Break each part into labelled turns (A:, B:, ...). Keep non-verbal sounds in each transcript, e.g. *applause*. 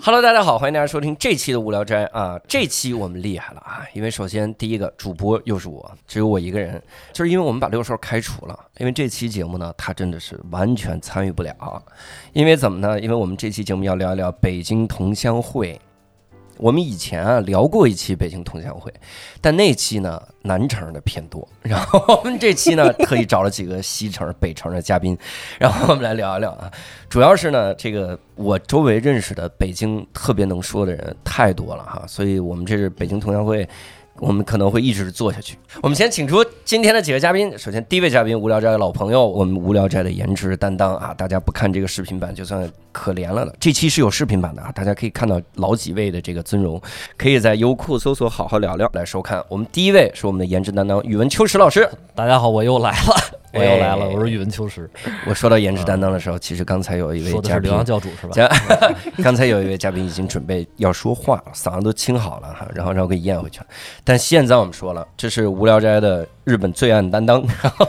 A: Hello，大家好，欢迎大家收听这期的无聊斋啊！这期我们厉害了啊，因为首先第一个主播又是我，只有我一个人，就是因为我们把六兽开除了，因为这期节目呢，他真的是完全参与不了，因为怎么呢？因为我们这期节目要聊一聊北京同乡会。我们以前啊聊过一期北京同乡会，但那期呢南城的偏多，然后我们这期呢特意找了几个西城、北城的嘉宾，然后我们来聊一聊啊，主要是呢，这个我周围认识的北京特别能说的人太多了哈，所以我们这是北京同乡会，我们可能会一直做下去。我们先请出今天的几位嘉宾，首先第一位嘉宾，无聊斋的老朋友，我们无聊斋的颜值担当啊，大家不看这个视频版就算可怜了的。这期是有视频版的啊，大家可以看到老几位的这个尊容，可以在优酷搜索“好好聊聊”来收看。我们第一位是我们的颜值担当宇文秋实老师，
B: 大家好，我又来了， *laughs* 我又来了，
A: 哎
B: 我是宇文秋实，
A: 我说到颜值担当的时候，其实刚才有一位
B: 说的
A: 嘉
B: 是
A: 宾啊
B: 流浪教主是吧？
A: 嘉 *laughs* 刚才有一位嘉宾已经准备要说话了，嗓子都清好了哈，然后让我给咽回去了。但现在我们说了，这是无聊斋的日本罪案担当， *laughs* 然后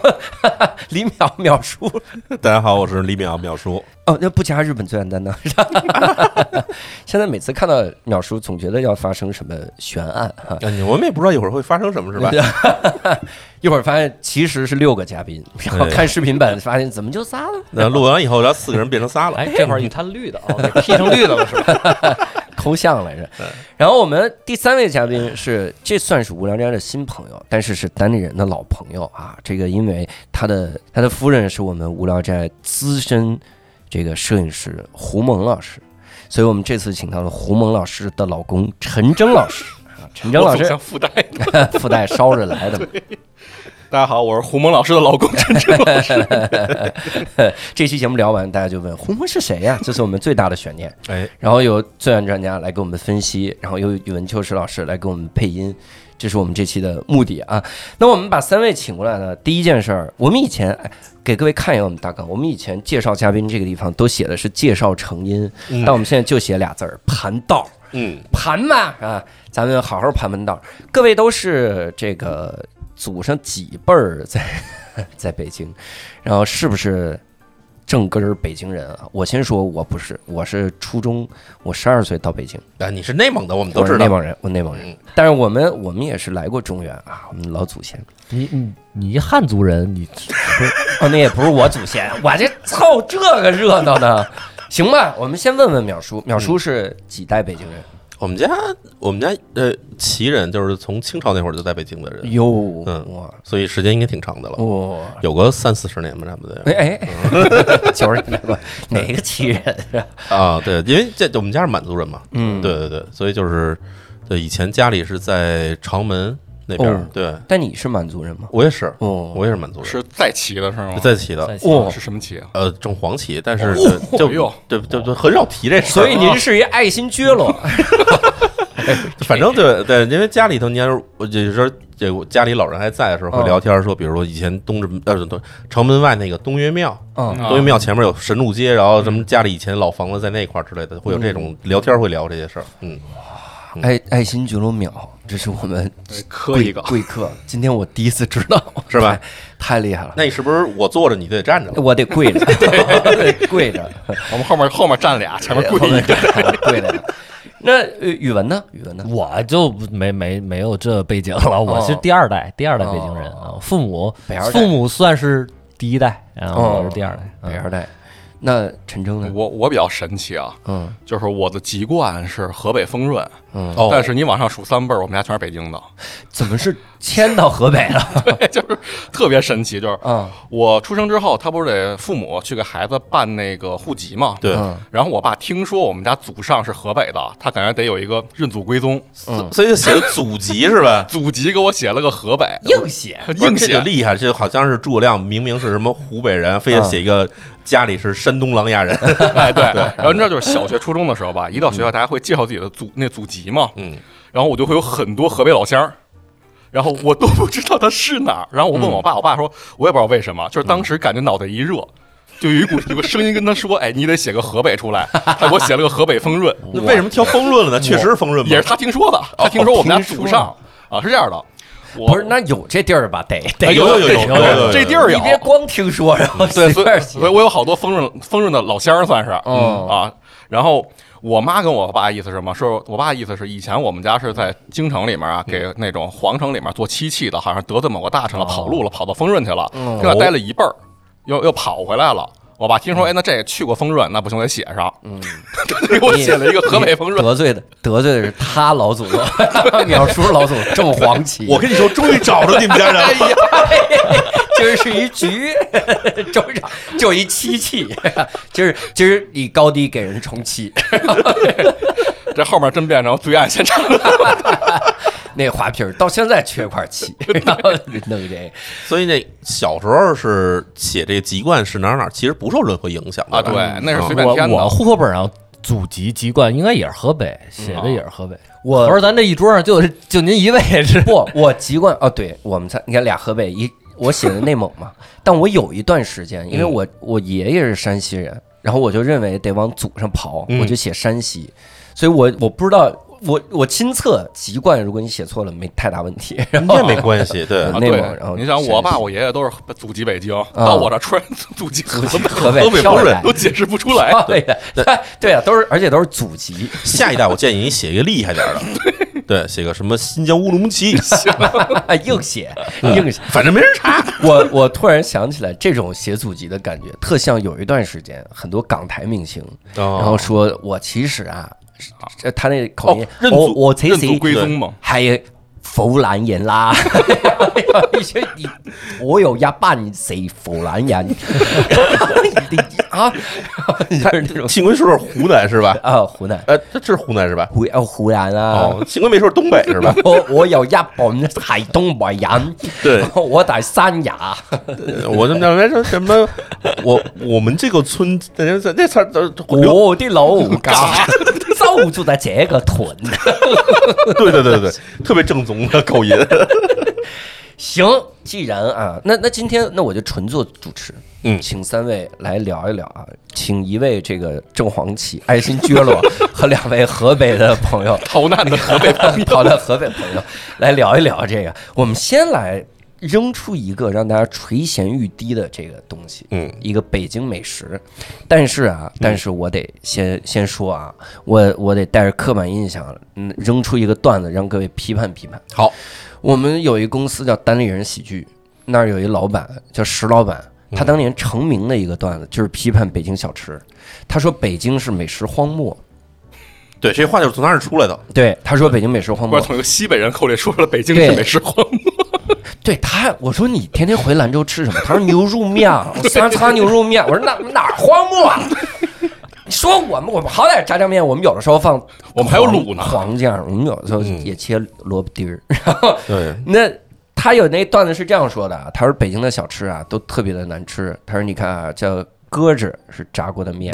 A: 李淼淼叔
C: 大家好，我是李淼淼叔。
A: 哦，那不加日本罪案担当。 *laughs* 现在每次看到淼叔，总觉得要发生什么悬案哈。
C: 哎我们也不知道一会儿会发生什么，是吧？
A: 一会儿发现其实是六个嘉宾，然后
C: 对
A: 看视频版发现怎么就仨了？
C: *laughs* 那录完以后，然后四个人变成仨了。
B: 哎，这会儿你看绿 *laughs* 的，哦，给 P 成绿的了是吧？
A: 抠像来着。
D: 嗯
A: 然后我们第三位嘉宾是，这算是无聊斋的新朋友，但是是单立人的老朋友啊。这个因为他的他的夫人是我们无聊斋资深这个摄影师胡蒙老师，所以我们这次请到了胡蒙老师的老公陈征老
D: *laughs*
A: 师。啊，陈征老
D: 我总
A: 师
D: 想附带。
A: *laughs* 附带捎着来的嘛，
D: 大家好，我是胡蒙老师的老公陈志老师。
A: *laughs* 这期节目聊完，大家就问胡蒙是谁呀、这是我们最大的悬念。
C: 哎，
A: 然后有罪案专家来给我们分析，然后有宇文秋实老师来给我们配音，这是我们这期的目的啊。那我们把三位请过来呢，第一件事儿，我们以前哎给各位看一下我们大纲，我们以前介绍嘉宾这个地方都写的是介绍成因，但我们现在就写俩字儿盘道。
C: 嗯，
A: 盘嘛啊，咱们好好盘盘道。各位都是这个祖上几辈儿在 *laughs* 在北京，然后是不是正根儿北京人啊？我先说，我不是，我是初中，我十二岁到北京，
C: 啊，你是内蒙的，我们都
A: 我是
C: 知
A: 内
C: 道。
A: 蒙人，我内蒙人。但是我们我们也是来过中原啊，我们老祖先。
B: *laughs* 你你你一汉族人，你
A: 哦，那也不是我祖先， *laughs* 我这凑这个热闹呢， *laughs* 行吧？我们先问问淼叔，淼叔是几代北京人？
C: 我们家我们家呃，旗人就是从清朝那会儿就在北京的人，
A: 哟、
C: 嗯
A: 哇哦
C: 所以时间应该挺长的了，
A: 哇！
C: 有个三四十年吧，差不多。
A: 嗯哎哎， *laughs* 九十年代吧，哪个旗人啊？
C: 啊，对，因为这我们家是满族人嘛，
A: 嗯，
C: 对。对对，所以就是对以前家里是在长门那边
A: 哦
C: 儿，对
A: 但你是满族人吗？
C: 我也是，
A: 哦，
C: 我也是满族人，
D: 是在骑的是吗？
C: 在旗的，
B: 在
A: 哦
D: 是什么骑啊？
C: 呃，正黄旗，但是
D: 哦
C: 对就
D: 哎呦
C: 对对对，很少提这事儿。
A: 所以您是一爱新觉罗，
C: *laughs* 反正对对，因为家里头，你看，我有时候这我家里老人还在的时候
D: 哦
C: 会
A: 嗯
C: 聊天，说，比如说以前东直呃东城门外那个东岳庙，
A: 嗯，
D: 啊
C: 东岳庙前面有神鹿街，然后
D: 嗯
C: 什么家里以前老房子在那块儿之类的，会有这种聊天会聊这些事儿。嗯，
A: 爱爱新觉罗庙，这是我们
D: 对磕一
A: 贵
D: 个，
A: 贵客。今天我第一次知道，
C: 是吧
A: *laughs* 太？太厉害了，
C: 那你是不是我坐着你就得站着
D: 哎
C: 了？
A: 我得跪着，我得跪着，
D: 我们后面后面站
A: 哎
D: 俩，前面跪
A: *laughs*
D: 一个。
A: 跪着。那呃语文呢？语文呢？
B: 我就没没没有这背景了，我是第二代第二代北京人啊，父母
A: 哦北二代
B: 父母算是第一代，然
A: 哦
B: 后我是第二代，
A: 北
B: 嗯
A: 二代。那陈征呢？
D: 我我比较神奇啊，
A: 嗯
D: 就是我的籍贯是河北丰润，
A: 嗯，
C: 哦
D: 但是你往上数三辈儿，我们家全是北京的， *laughs* 哎
A: 怎么是迁到河北了？
D: 就是特别神奇。就是
A: 嗯
D: 我出生之后，他不是得父母去给孩子办那个户籍嘛？
C: 对，
A: 嗯
D: 然后我爸听说我们家祖上是河北的，他感觉得有一个认祖归宗，？
A: 嗯，
C: 所以就写的祖籍是吧
D: 祖籍给我写了个河北，
A: 硬写
D: *laughs* 硬
C: 这就
D: 写
C: 厉害，这好像是诸葛亮明明是什么湖北人，非得
A: 嗯
C: 写一个家里是山东琅琊
D: *laughs*
C: 人。
D: 哎，对，嗯然后你知道就是小学、初中的时候吧，一到学校大家会介绍自己的祖那祖籍嘛，
C: 嗯，
D: 然后我就会有很多河北老乡儿，然后我嗯都不知道他是哪儿，然后我问我爸，我爸说我也不知道为什么，就是当时感觉脑袋一热，就有一股有个声音跟他说：“哎，你得写个河北出来。”他给我写了个河北丰润，
C: 那为什么挑丰润了呢？确实是丰润吗？
D: 也是他听说的。他哦听说我们家祖上啊是这样的，我
A: 不是，那有这地儿吧？得
D: 哎
A: 得
D: 有有有
A: 这地儿
C: 有有
D: 这地儿有
A: 你，别光听说，然后
D: 对，
A: 随
D: 所
A: 便
D: 以
A: 写
D: 所以我有好多丰润丰润的老乡儿算是，
A: 哦
D: 嗯啊，然后。我妈跟我爸意思是什么？说我爸意思是，以前我们家是在京城里面啊，给那种皇城里面做漆器的，好像得罪某个大臣了，跑路了，跑到丰润去了，跟那待了一辈儿，又又跑回来了。我爸听说，哎，那这也去过丰润，那不行，我得写上。 *laughs* 嗯，给我写了一个河北丰润，
A: 得罪的得罪的是他老祖宗，淼叔老祖宗正黄旗，
C: 我跟你说，终于找着你们家
D: *laughs* 哎
C: 人了。
A: 今儿是一局， *laughs* 周长就一七气， *laughs* 今儿今儿以高低给人充气，
D: 这后面真变成罪案现场了。
A: *laughs* 那花瓶儿到现在缺块气， *laughs* 然后弄这
C: 所以那小时候是写这个籍贯是哪儿哪儿，其实不受任何影响
D: 啊，
C: 吧
D: 对，那是随便
B: 我
D: 添
B: 我
D: 的。
B: 户口本上祖籍籍贯应该也是河北，写的也是河北。
A: 我
B: 合着咱这一桌上就就您一位是
A: *laughs* 不，我籍贯哦，对我们仨，你看俩河北一，我写的内蒙嘛，但我有一段时间，因为我我爷爷是山西人，然后我就认为得往祖上刨，我就写山西，所以我我不知道，我我亲测籍贯，如果你写错了没太大问题， *laughs* 然后
C: 嗯那没关系，对
D: 啊，
A: 内
D: 对
A: 蒙然后
D: 你想，
A: 山
D: 我爸、
A: 西
D: 我爷爷都是祖籍北京，到我这突然 *laughs* 祖籍河北，
A: 河北
C: 河北
A: 跳
C: 不
A: 着
C: 是
A: 来
D: 都解释不出来。
A: 对的，对啊，都是而且都是祖籍，
C: *laughs*
A: *laughs*
C: 下一代我建议你写一个厉害点儿的，对，写个什么新疆乌鲁木齐，
A: 硬写硬写。
C: 反正没人查。
A: 我我突然想起来，这种写祖籍的感觉，特像有一段时间很多港台明星，然后说我其实啊，这他那口音
C: 哦，认祖
A: 我我其
D: 认祖
A: 实
D: 归宗嘛，
A: 还有湖南人啦，一些你我有一半是湖南人，你 *laughs* 啊，就是那种
C: 幸亏说是湖南是吧？
A: 啊湖南
C: 呃，这这是湖南是吧？
A: 湖啊湖南啊。
C: 哦，幸亏没说是东北是吧？ *laughs*
A: 我我有一本系东北人，
C: 对，
A: 我在三亚，
C: 我怎么来着？什么？我我们这个村，那那那词儿，对
A: 我的老 *laughs* 家就住在这个屯。
C: 对对对对，特别正宗的口音。
A: 行，既然啊，那那今天那我就纯做主持，
C: 嗯
A: 请三位来聊一聊啊，请一位这个正黄旗爱新觉罗 *laughs* 和两位河北的朋友，
D: 逃难的 *laughs* 河北朋友，
A: 跑到河北朋友来聊一聊这个。我们先来扔出一个让大家垂涎欲滴的这个东西，
C: 嗯，
A: 一个北京美食。但是啊，但是我得先先说啊，我我得带着刻板印象，嗯，扔出一个段子让各位批判批判。
C: 好，
A: 我们有一公司叫单立人喜剧，那儿有一老板叫石老板，
C: 嗯
A: 他当年成名的一个段子就是批判北京小吃，他说北京是美食荒漠。
C: 对，这话就是从那儿出来的。
A: 对，他说北京美食荒
D: 不
A: 漠
D: 是，从一个西北人口里说出了北京是美食荒漠，
A: 对他，我说你天天回兰州吃什么？他说牛肉面，我三叉牛肉面。我说那哪儿荒漠啊？ *laughs* 你说我们，我们好歹炸酱面，我们有的时候放黄，
D: 我们还有卤呢嗯
A: 黄酱，我们有的时候也切萝卜丁儿。然后
C: 对，
A: 那他有那段子是这样说的啊，他说北京的小吃啊都特别的难吃。他说你看啊，叫鸽子是炸过的面，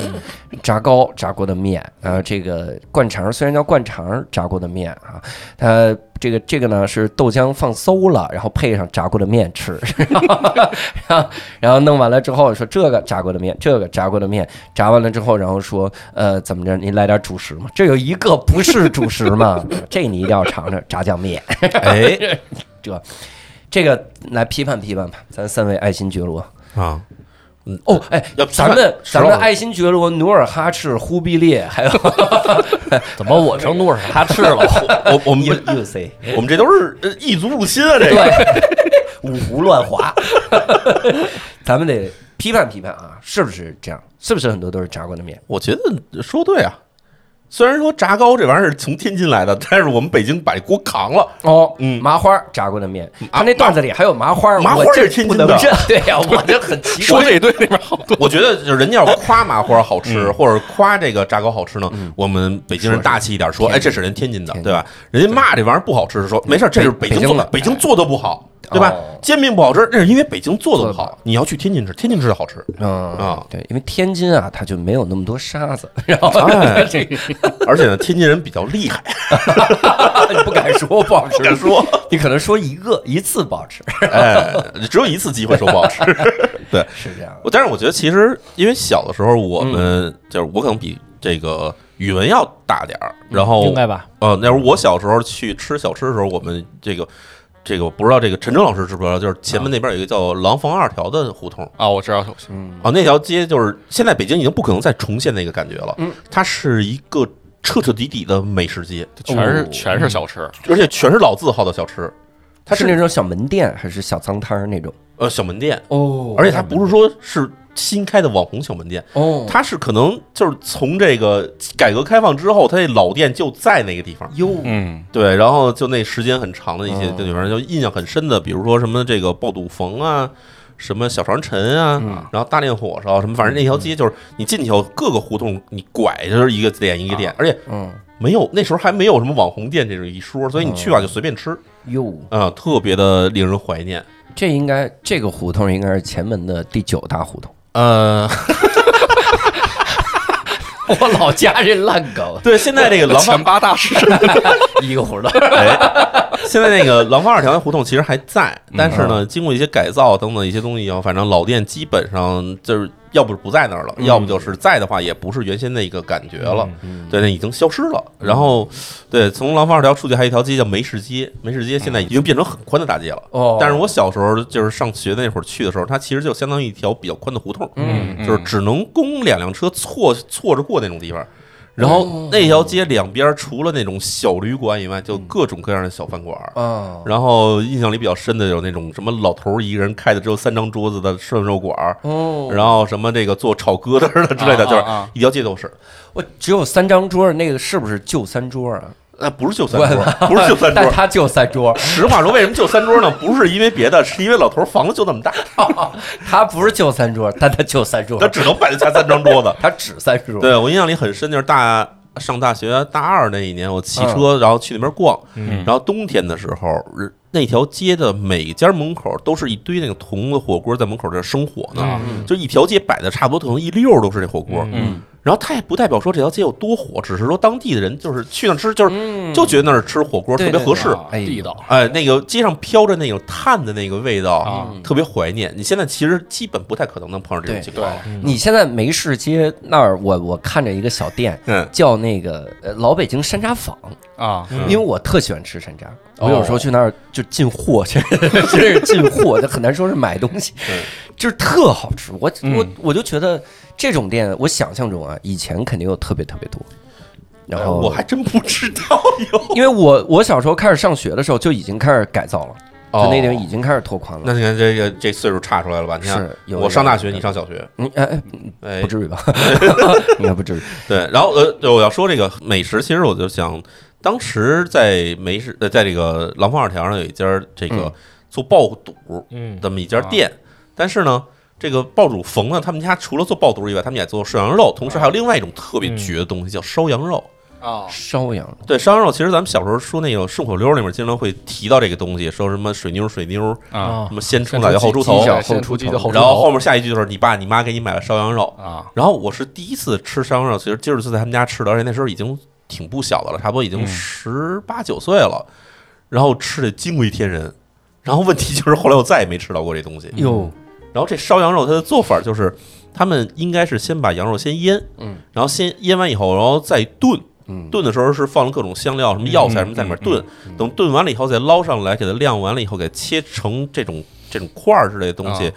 A: 炸糕炸过的面，然后这个灌肠虽然叫灌肠炸过的面啊，它这个这个呢是豆浆放馊了，然后配上炸过的面吃， *laughs* 然后然后弄完了之后说这个炸过的面，这个炸过的面，炸完了之后，然后说呃怎么着，你来点主食嘛，这有一个不是主食嘛，这你一定要尝尝炸酱面。
C: 哎
A: 这这个来批判批判吧，咱三位爱新觉罗。
C: 啊，
A: 哦，哎
C: 要，批判
A: 咱们
C: 石
A: 咱
C: 老
A: 们
C: 板
A: 爱新觉罗、努尔哈赤、忽必烈，还有
B: 怎么我成努尔哈赤了？
C: *laughs* 我我们
A: U U C，
C: 我们这都是呃异族入侵啊，这个。
A: 对，五胡乱华， *laughs* 咱们得批判批判啊，是不是这样？是不是很多都是炸过的面？
C: 我觉得说对啊，虽然说炸糕这玩意儿是从天津来的， *laughs* 但是我们北京把这锅扛了。
A: 哦，
C: 嗯
A: 麻花炸过的面，他那段子里还有麻花，
C: 麻花
A: 我这
C: 是天
A: 不
C: 津
A: 能
C: 的
A: 认，对呀，我这很奇
D: 说
A: 怪。
D: 这一堆里面好多。
C: 我觉得就是人家要夸麻花好吃，或者夸这个炸糕好吃呢，我们北京人大气一点嗯说，
A: 天津
C: 哎，这是人天津的，
A: 天津
C: 对吧？人家骂这玩意儿不好吃，说没事儿，这是北京做的，
A: 北
C: 北
A: 京的
C: 京做的不好，对吧
A: 哦？
C: 煎饼不好吃，那是因为北京做的不
A: 做得不
C: 好。你要去天津吃，天津吃的好吃，
A: 嗯
C: 啊，
A: 对，因为天津啊，它就没有那么多沙子，然后
C: *laughs* 哎， *laughs* 而且呢，天津人比较厉害，
A: 你不敢说不好吃，
C: 敢说
A: 你可能说一个一次不好吃，
C: 哎，只有一次机会说不好吃。
A: 是这样
C: 我但是我觉得其实，因为小的时候我们、就是我可能比这个语文要大点儿，然
A: 哦
C: 后
B: 应该吧？
C: 呃，那会儿我小时候去吃小吃的时候，我们这个这个我不知道这个陈征老师知不知道，就是前门那边有一个叫廊坊二条的胡同
D: 啊，我知道，
C: 啊，那条街就是现在北京已经不可能再重现那个感觉了，它是一个彻彻底底的美食街，
D: 全是全是小吃，
C: 而且全是老字号的小吃，
A: 它
C: 它
A: 是那种小门店还是小脏摊儿那种？
C: 呃小门店，
A: 哦 *laughs*
C: 而且它不是说是新开的网红小门店，
A: 哦，
C: 它是可能就是从这个改革开放之后，它这老店就在那个地方。
A: 哟，
D: 嗯，
C: 对，然后就那时间很长的一些
A: 哦
C: 对，反正就印象很深的，比如说什么这个爆肚冯啊，什么小船陈啊，
A: 嗯
C: 然后大炼火啊烧什么，反正那条街就是你进去以后，各个胡同你拐就是一个店一个店，而且
A: 嗯，
C: 没有那时候还没有什么网红店这种一说，所以你去吧就随便吃
A: 哟，
C: 啊、特别的令人怀念。
A: 这应该这个胡同应该是前门的第九大胡同。
C: 呃，，
A: 我老家人烂梗
C: 对，现在
A: *laughs*
C: 这个廊坊
D: 前八大市
A: 一个胡同。
C: 哎， *laughs* 现在那个廊坊二条的胡同其实还在，但是呢，经过一些改造等等一些东西以后，反正老店基本上就是要不是不在那儿了，要不就是在的话，也不是原先那个感觉了，对，那已经消失了。然后，对，从廊坊二条出去还有一条街叫梅市街，梅市街现在已经变成很宽的大街了。
A: 哦
C: 但是我小时候就是上学那会儿去的时候，它其实就相当于一条比较宽的胡同，
D: 嗯
C: 就是只能供两辆车错错着过那种地方。然后那条街两边除了那种小旅馆以外，就各种各样的小饭馆儿。
A: 啊，
C: 然后印象里比较深的有那种什么老头儿一个人开的只有三张桌子的涮肉馆儿，
A: 哦，
C: 然后什么这个做炒疙瘩儿的之类的，
D: 啊啊
C: 就是
D: 啊
C: 一条街都是。
A: 我只有三张桌，那个是不是就三桌啊？
C: 呃，不是就三桌儿，不是就三桌
A: *laughs* 但
C: 儿。
A: 他就三桌，
C: 实话说，为什么就三桌儿呢？不是因为别的，是因为老头儿房子就那么大，
A: *laughs* 他不是就三桌，但他就三桌
C: 他，只能摆得下三张桌子。
A: 他只三桌。
C: 对我印象里很深，就是大上大学大二那一年，我骑
A: 嗯
C: 车、然后去那边逛，然后冬天的时候，呃那条街的每家门口都是一堆那个铜的火锅在门口这生火呢，
A: 嗯
C: 就一条街摆的差不多，可能一溜儿都是这火锅。
D: 嗯
C: 然后它也不代表说这条街有多火，只是说当地的人就是去那吃，就是、就觉得那儿吃火
A: 嗯
C: 锅
A: 对
C: 特别
A: 对
C: 合适。
D: 啊
A: 哎呦
D: 地道，
C: 哎，那个街上飘着那种炭的那个味道，
D: 啊
A: 嗯
C: 特别怀念。你现在其实基本不太可能能碰上这种
A: 对
C: 情
D: 对
C: 况。，
A: 你现在梅市街那儿，我我看着一个小店，
C: 嗯
A: 叫那个呃老北京山楂坊，
D: 啊，
A: 嗯因为我特喜欢吃山楂，我有时候去那儿就进
C: 哦
A: 货去， *laughs* 真是进货， *laughs* 这很难说是买东西，就是特好吃。我
C: 嗯
A: 我我就觉得这种店，我想象中啊，以前肯定有特别特别多，然
C: 哎
A: 后
C: 我还真不知道哟。
A: 因为我我小时候开始上学的时候就已经开始改造了，
C: 哦
A: 就那点已经开始拓宽
C: 那
A: 了。
C: 你看这个这岁数差出来了吧？你看
A: 是有
C: 我上大学，
A: 有
C: 你上小学，
A: 嗯哎哎，
C: 哎
A: 不，至于吧？
C: *laughs*
A: 应该不至于。
C: 对。然后呃，我要说这个美食，其实我就想，当时在美食呃，在这个廊坊二条上有一家这个
A: 嗯
C: 做爆肚
B: 嗯，
C: 这么一家店，但是呢。这个爆肚冯呢，他们家除了做爆肚以外，他们也做涮羊肉，同时还有另外一种特别绝的东西，叫烧羊肉。
D: 啊，
A: 烧羊
C: 对， *laughs* 烧羊肉其实咱们小时候说那个顺口溜里面经常会提到这个东西，说什么水妞水妞，
D: 啊，
C: 什么先出奶就后出头，
D: 先出鸡就后出头，
C: 然后后面下一句就是你爸你妈给你买了烧羊肉。
D: 啊，
C: 然后我是第一次吃烧羊肉，其实就是在他们家吃的，而且那时候已经挺不小的了，差不多已经
D: 嗯
C: 十八九岁了。然后吃的惊为天人，然后问题就是后来我再也没吃到过这东西。
A: 哟，
C: 然后这烧羊肉它的做法就是，他们应该是先把羊肉先腌，
A: 嗯，
C: 然后先腌完以后，然后再炖。
A: 嗯，
C: 炖的时候是放了各种香料，什么药材什么在里面炖，等炖完了以后再捞上来，给它晾完了以后，给它切成这种这种块儿之类的东西，
D: 啊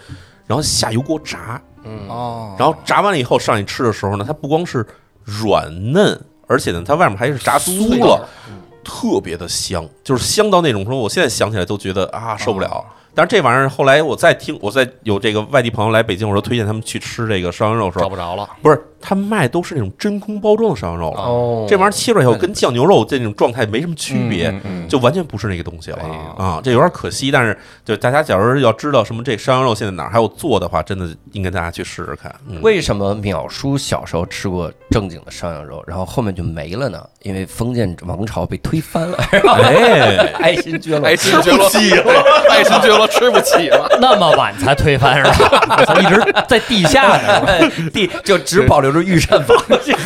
C: 然后下油锅炸，
A: 嗯
D: 哦
C: 然后炸完了以后上去吃的时候呢，它不光是软嫩，而且呢，它外面还是炸酥了，嗯特别的香，就是香到那种说，我现在想起来都觉得啊受不了。但是这玩意儿后来我再听，我再有这个外地朋友来北京，我说推荐他们去吃这个烧羊肉的时
D: 找
C: 候，
D: 不着了，
C: 不是他卖都是那种真空包装的烧羊肉了，
A: 哦
C: 这玩意儿切出来以后跟酱牛肉这种状态没什么区别。
D: 嗯
C: 就完全不是那个东西了
D: 哎呦
C: 啊，这有点可惜。但是，就大家假如要知道什么这烧羊肉现在哪儿还有做的话，真的应该大家去试试看。嗯、
A: 为什么淼叔小时候吃过正经的烧羊肉，然后后面就没了呢？因为封建王朝被推翻
D: *laughs*
A: 了，
C: 哎，
A: 爱新觉罗
D: 哎，吃不起了， *laughs* 爱新觉罗吃不起了，
B: 那么晚才推翻是吧？ *laughs* 我操，一直在地下呢。
A: *laughs* 地就只保留着御膳
D: *laughs*
A: 房。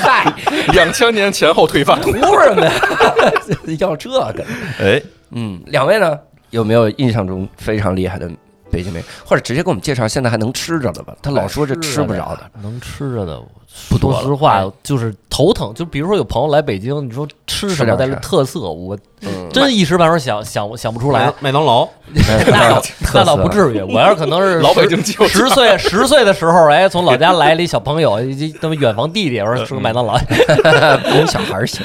A: 嗨，
D: 两千年前后推
A: *laughs*
D: 翻，
A: 图什么呀？要这个？
C: 哎，
A: 嗯，两位呢？有没有印象中非常厉害的北京美食，或者直接给我们介绍现在还能吃着的吧？他老说这吃不着的，
B: 的，能吃着的我
A: 不多
B: 说
A: 了哎
B: 实话就是头疼。就比如说有朋友来北京，你说吃什么
A: 吃点
B: 带
A: 啥
B: 着特色，我
A: 嗯，哎
B: 真一时半会儿想想想不出来。
C: 麦当劳，
B: *laughs*
D: 哎
A: *laughs*
B: 那倒那
A: 特
B: 倒
A: 色
B: 不至于，我要是可能是
D: 老北京就
B: 十岁十岁的时候，哎，从老家来了一小朋
A: *laughs*
B: 友，一一他妈远房弟弟，我说吃个麦当劳，
A: 嗯
B: *laughs*
A: 跟小孩儿行，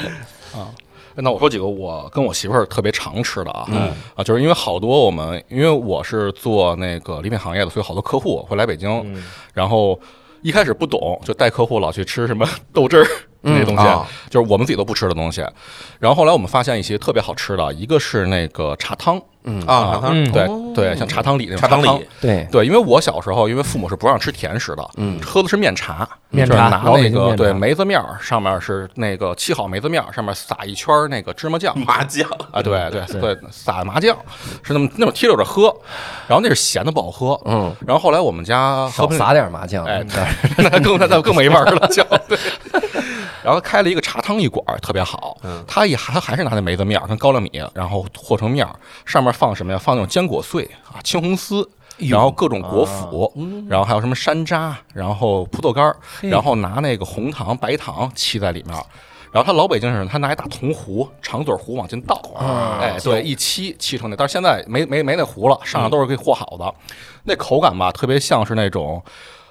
D: 那我说几个我跟我媳妇儿特别常吃的啊，
C: 嗯
D: 啊，就是因为好多我们，因为我是做那个礼品行业的，所以好多客户会来北京，
C: 嗯
D: 然后一开始不懂，就带客户老去吃什么 *laughs* 豆汁儿那些东西，
C: 啊
D: 就是我们自己都不吃的东西。然后后来我们发现一些特别好吃的，一个是那个茶汤，
C: 啊，茶汤，
B: 嗯
D: 对对，像茶汤里那种
C: 茶汤里，
A: 对，
D: 对，因为我小时候，因为父母是不让吃甜食的，嗯，喝的是面茶，
B: 面
D: 就是
B: 茶
D: 拿
B: 老北
D: 那
B: 京
D: 个
B: 面
D: 对
B: 茶
D: 梅子面儿，上面是那个沏好梅子面儿，上面撒一圈儿那个芝麻酱
C: 麻酱，
D: 啊，对对对，撒麻酱是那么那种贴溜着喝，然后那是咸的不好喝，
A: 嗯，
D: 然后后来我们家喝
A: 少
D: 不了
A: 撒点麻酱，
D: 哎， *laughs* 对，那更那更没味儿了，就对。然后开了一个茶汤一馆儿，特别好。他也还他还是拿那梅子面儿跟高粱米，然后和成面儿，上面放什么呀？放那种坚果碎啊，青红丝，然后各种果脯，然后还有什么山楂，然后葡萄干儿，然后拿那个红糖、白糖沏在里面儿。然后他老北京人，他拿一大铜壶，长嘴壶往进倒，哎，对，一沏沏成那，但是现在没没没那壶了，上面都是给和好的，那口感吧，特别像是那种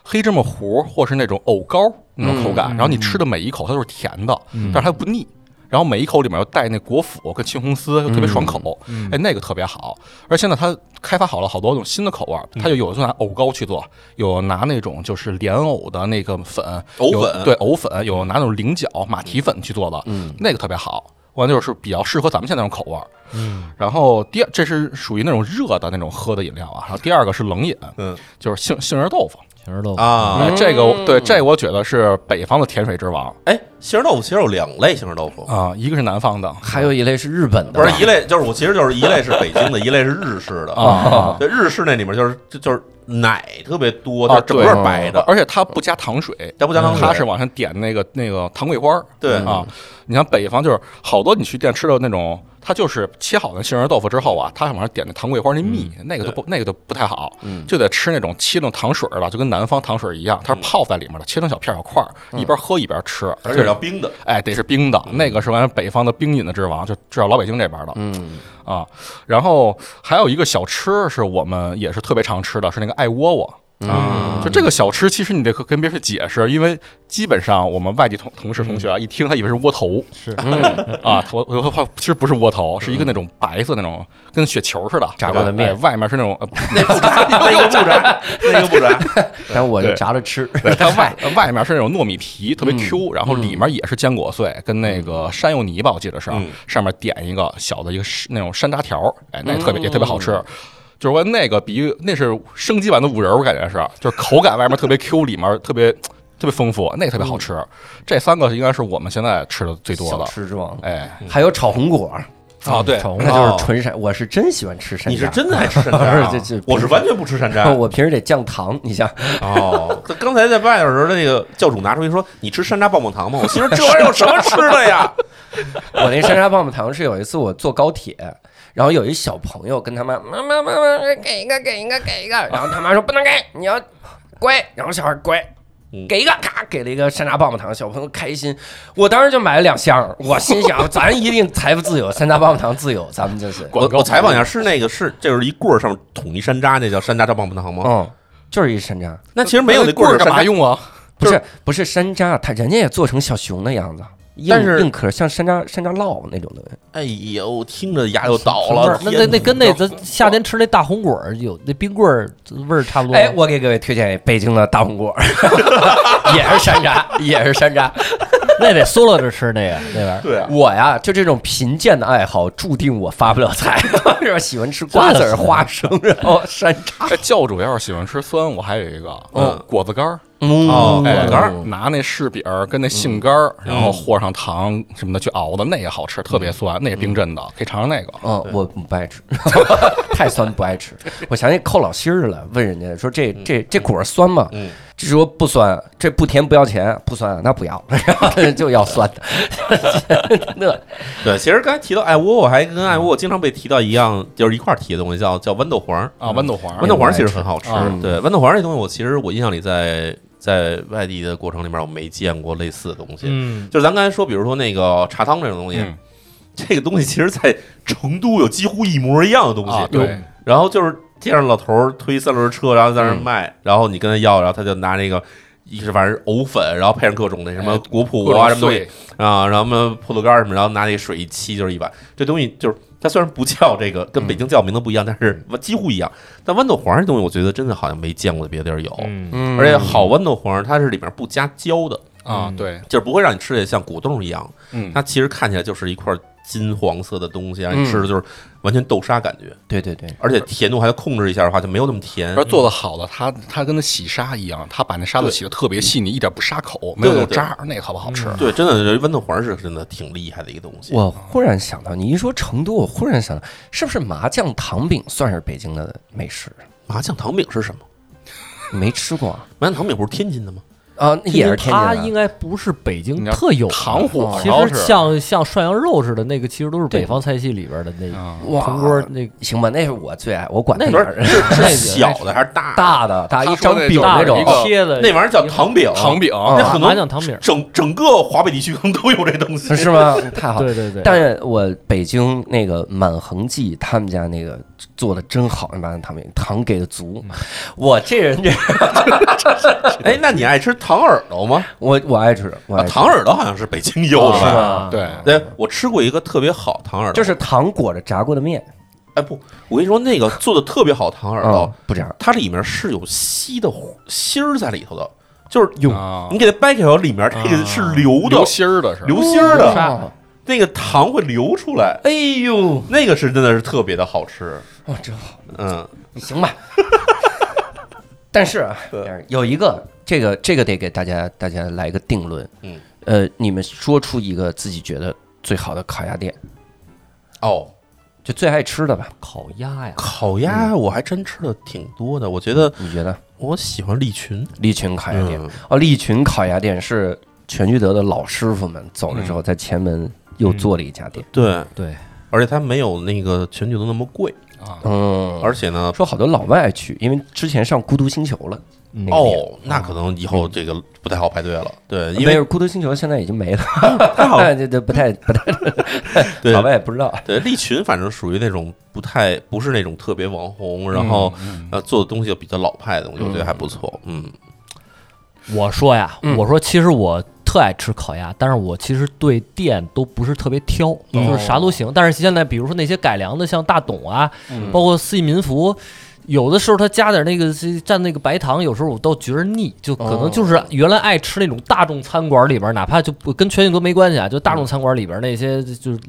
D: 黑芝麻糊或是那种藕膏那种口感，然后你吃的每一口它都是甜的，但是它不腻。然后每一口里面又带那果脯跟青红丝，又特别爽口，哎，那个特别好。而现在它开发好了好多种新的口味儿，它就有就拿藕膏去做，有拿那种就是莲藕的那个粉，
C: 藕
D: 有
C: 粉
D: 对藕粉，有拿那种菱角马蹄粉去做的，
C: 嗯
D: 那个特别好。完就是比较适合咱们现在那种口味儿，嗯，然后第二这是属于那种热的那种喝的饮料啊，然后第二个是冷饮，
C: 嗯
D: 就是杏杏仁豆腐，
B: 全是豆腐。
C: 啊，
D: 哎，这个我对，这个我觉得是北方的甜水之王
C: 哎，杏仁豆腐其实有两类杏仁豆腐，
D: 啊，一个是南方的，
A: 还有一类是日本的
C: 不
A: 吧，
C: 是一类，就是我其实就是一类是北京的，一类是日式的
D: 啊
C: 对，日式那里面就是就就是奶特别多，
D: 啊
C: 它整个
D: 对
C: 白的，
D: 而且它不加糖水，
C: 它不加糖水
D: 它是往上点那个那个糖桂花儿
C: 对
D: 啊，你像北方就是好多你去店吃的那种，它就是切好的杏仁豆腐之后啊，它往上点那糖桂花那蜜，
C: 嗯
D: 那个都不那个都不太好，就得吃那种切成糖水儿的，就跟南方糖水儿一样，它是泡在里面的，切成小片儿小块儿，一边喝一边吃，
C: 嗯而且要冰的，
D: 哎，得是冰的，那个是完全北方的冰饮的之王，就至少老北京这边的。嗯啊，然后还有一个小吃是我们也是特别常吃的，是那个艾窝窝。啊，就这个小吃，其实你得跟别人去解释，因为基本上我们外地同同事同学啊，一听他以为是窝头，是 *laughs* 啊，我我我其实不是窝头，是一个那种白色那种跟雪球似的
A: 炸过的面
D: 哎外面是那种呃
C: 那不炸，
D: *laughs*
C: 那个不炸，那个不 *laughs*
A: 啊
C: 炸，
A: 但我就
D: 对
A: 炸着吃，
D: *laughs* 对，它外外面是那种糯米皮，特别
C: 嗯
D: Q，、然后里面也是坚果碎，跟那个山药泥吧，我记得是，啊
C: 嗯
D: 上面点一个小的一个是那种山楂条儿，哎，那特别、也特别好
C: 嗯
D: 吃。就是说那个比那是升级版的五仁儿，我感觉是，啊就是口感外面特别 Q，里面特别特别丰富，那个特别
C: 嗯
D: 好吃。这三个应该是我们现在吃的最多
A: 小
D: 的。
A: 吃之王，
D: 哎，
A: 还有炒红果儿，
C: 啊，对，
B: 宠物
A: 那就是
C: 哦。
A: 纯山，我是真喜欢吃山楂，？
C: 你是真的爱吃山楂啊
A: *laughs* 这这
C: 我是完全不吃山楂。
A: *laughs* 我平时得降糖，你想，
C: 哦， *laughs* 这刚才在外头的时候，那个教主拿出一说：“你吃山楂棒棒糖吗？”我心说这玩意儿有什么吃的 *laughs* 呀？
A: 我那山楂棒棒糖是有一次我坐高铁，然后有一小朋友跟他妈妈妈妈妈给一个给一个给一个，然后他妈说不能给，你要乖，然后小孩乖
C: 嗯。
A: 给一个，咔，给了一个山楂棒棒糖，小朋友开心。我当时就买了两箱，我心想，咱一定财富自由，山楂棒棒糖自由，咱们这是，
C: 我我采访一下，是那个是这就是一棍儿上面捅一山楂，那叫山楂棒棒糖吗？
A: 嗯，就是一山楂，
C: 那其实没有那
D: 棍儿
C: 儿
D: 干嘛
C: 用？
D: 用啊？
A: 不是不是山楂，它人家也做成小熊的样子，硬
C: 但是
A: 硬壳，像山楂山楂酪那种的。
C: 哎呦，听着牙又倒
B: 什么味
C: 了
B: 儿。那那那
C: 天
B: 跟那咱夏天吃那大红果儿有那冰棍儿味儿差不多。
A: 哎，我给各位推荐北京的大红果， *laughs* 也是山楂，也是山楂。
B: 那得嗦了着吃那个那玩意儿。
C: 对啊，
A: 我呀，就这种贫贱的爱好，注定我发不了财， *laughs* 是吧？喜欢吃瓜子
B: 真
A: 儿、
B: 的是
A: 花生，啊然后山楂。
D: 哎，教主要是喜欢吃酸，我还有一个，
C: 啊
D: 呃
C: 嗯
D: 果子干儿。
B: 嗯
C: 哦
D: 哎，
C: 果干儿
D: 拿那柿饼儿跟那杏干
C: 嗯
D: 儿，然后和上糖什么的去熬的，那也好吃，特
B: 嗯
D: 别酸，那也冰镇的，可以尝尝那个。
A: 嗯，我不爱吃，太酸不爱吃。我想起扣老心儿来问人家说这这这果儿酸吗？
C: 嗯
A: 这说不酸，这不甜不要钱，不酸啊那不要， *laughs* 就要
C: *laughs*
A: 酸 *laughs* 的，那
C: 对，其实刚才提到艾窝，我还跟艾窝经常被提到一样，就是一块儿提的东西，叫叫豌豆黄儿。
B: 嗯
D: 啊，豌豆黄
C: 豌豆黄儿其实很好吃
D: 啊，
C: 对，豌豆黄儿这东西，我其实我印象里在在外地的过程里面，我没见过类似的东西。
B: 嗯，
C: 就是咱刚才说，比如说那个茶汤这种东西，
D: 嗯
C: 这个东西其实在成都有几乎一模一样的东西。
D: 啊，对，
C: 然后就是见着老头儿推三轮车，然后在
D: 嗯
C: 那儿卖，然后你跟他要，然后他就拿那个。一是反正藕粉，然后配上各种那什么
D: 哎
C: 果
D: 各
C: 脯
D: 种
C: 啊什么东西
D: 碎
C: 啊，然后什么葡萄干儿什么，然后拿那个水一沏就是一碗。这东西就是它虽然不叫这个，跟北京叫名字不一样，但是几乎一样。但豌豆黄这东西，我觉得真的好像没见过别的地儿有，
B: 嗯
D: 嗯
C: 而且好豌豆黄它是里面不加胶的，
D: 啊，
B: 嗯
D: 对，
C: 就是不会让你吃的像果冻一样，
D: 嗯，
C: 它其实看起来就是一块金黄色的东西，让你
D: 嗯
C: 吃的就是完全豆沙感觉。
A: 对对对，
C: 而且甜度还控制一下的话，就没有那么甜
D: 而。做的好的，它它跟那洗沙一样，它把那沙子洗的特别细腻，一点不沙口，没有那种
C: 对对对
D: 渣儿，那个好不好吃？
B: 嗯
C: 对，真的，这豌豆黄是真的挺厉害的一个东西。
A: 我忽然想到，你一说成都，我忽然想到，是不是麻酱糖饼算是北京的美食？
C: 麻酱糖饼是什么？
A: 没吃过啊
C: 麻酱糖饼不是天津的吗？
A: *laughs* 啊，那也是天津
B: 它
A: 的
B: 应该不是北京
D: 你要
B: 特有的
D: 糖火
B: 哦其
D: 烧
B: 实
D: 是
B: 像像涮羊肉似的那个，其实都是
A: 对
B: 北方菜系里边的那
C: 哦
D: 啊，
A: 哇
B: 铜锅那
A: 行吧，那是我最爱，我管
B: 那
A: 他哪
B: 个
A: 儿
C: 是是
B: 那个
C: 小的还是大的？
A: 大的大
D: 他
A: 一
D: 说
A: 张
D: 那
A: 饼
D: 就是
A: 那种
D: 一，个
B: 贴的
C: 那玩意儿叫糖饼，
D: 糖饼，
A: 啊
C: 那很多
B: 麻酱糖饼，
C: 整整个华北地区可能都有这东西。
A: 是吗？ *laughs* 太好了。
B: 对对对，
A: 但是我北京那个满恒记他们家那个做的真好，那麻酱糖饼糖给的足。我这人这
C: 哎，那你爱吃糖耳朵吗？
A: 我我爱吃，我
C: 啊
A: 爱吃
C: 糖耳朵好像是北京有的
D: 是
B: 吧
C: 吧？
D: 对，
C: 对，我吃过一个特别好糖耳朵，
A: 啊就是糖裹着炸过的面，
C: 哎不，我跟你说那个做的特别好糖耳朵
A: 嗯，不炸。
C: 它里面是有吸的芯儿在里头的，就是有
D: 啊
C: 你给它掰开以后，里面这
A: 啊
C: 个是流的
D: 流，心儿的是吧，
C: 流心儿的，
A: 哦
C: 那个糖会流出来，
A: 哎呦，
C: 那个是真的是特别的好吃。
A: 哇，真好，
C: 嗯，
A: 行吧。 *laughs* 但是啊
C: 对
A: 有一个，这个这个得给大家大家来个定论。
C: 嗯，
A: 呃，你们说出一个自己觉得最好的烤鸭店，
C: 哦，
A: 就最爱吃的吧？
B: 烤鸭呀，
C: 烤鸭
B: 嗯
C: 我还真吃的挺多的，我觉得
A: 你觉得？
C: 我喜欢利群
A: 利群烤
C: 烤
A: 鸭店，哦，利群烤鸭店是全聚德的老师傅们走了之后，在前门又做了一家店。
C: 对
B: 对，
C: 而且它没有那个全聚德那么贵，
D: 啊，
A: 嗯，
C: 而且呢，
A: 说好多老外爱去，因为之前上《孤独星球》了。那个店，
B: 嗯
C: 哦，那可能以后这个不太好排队了。对，因
A: 没有
C: 为
A: 《孤独星球》现在已经没
C: *laughs*
A: 了，哎 *laughs*
C: 太好
A: 这这不太不太，
C: 对
A: 老外也不知道。
C: 对利群，反正属于那种不太不是那种特别网红，然后
B: 嗯
C: 呃做的东西比较老派的，我觉得还不错。嗯，
B: 我说呀，
A: 嗯
B: 我说其实我特爱吃烤鸭，但是我其实对店都不是特别挑，
A: 哦
B: 就是啥都行。但是现在比如说那些改良的，像大董啊，包括四季民福。有的时候他加点那个蘸那个白糖，有时候我倒觉着腻，就可能就是原来爱吃那种大众餐馆里边，哪怕就不跟全聚德没关系啊，就大众餐馆里边那些就是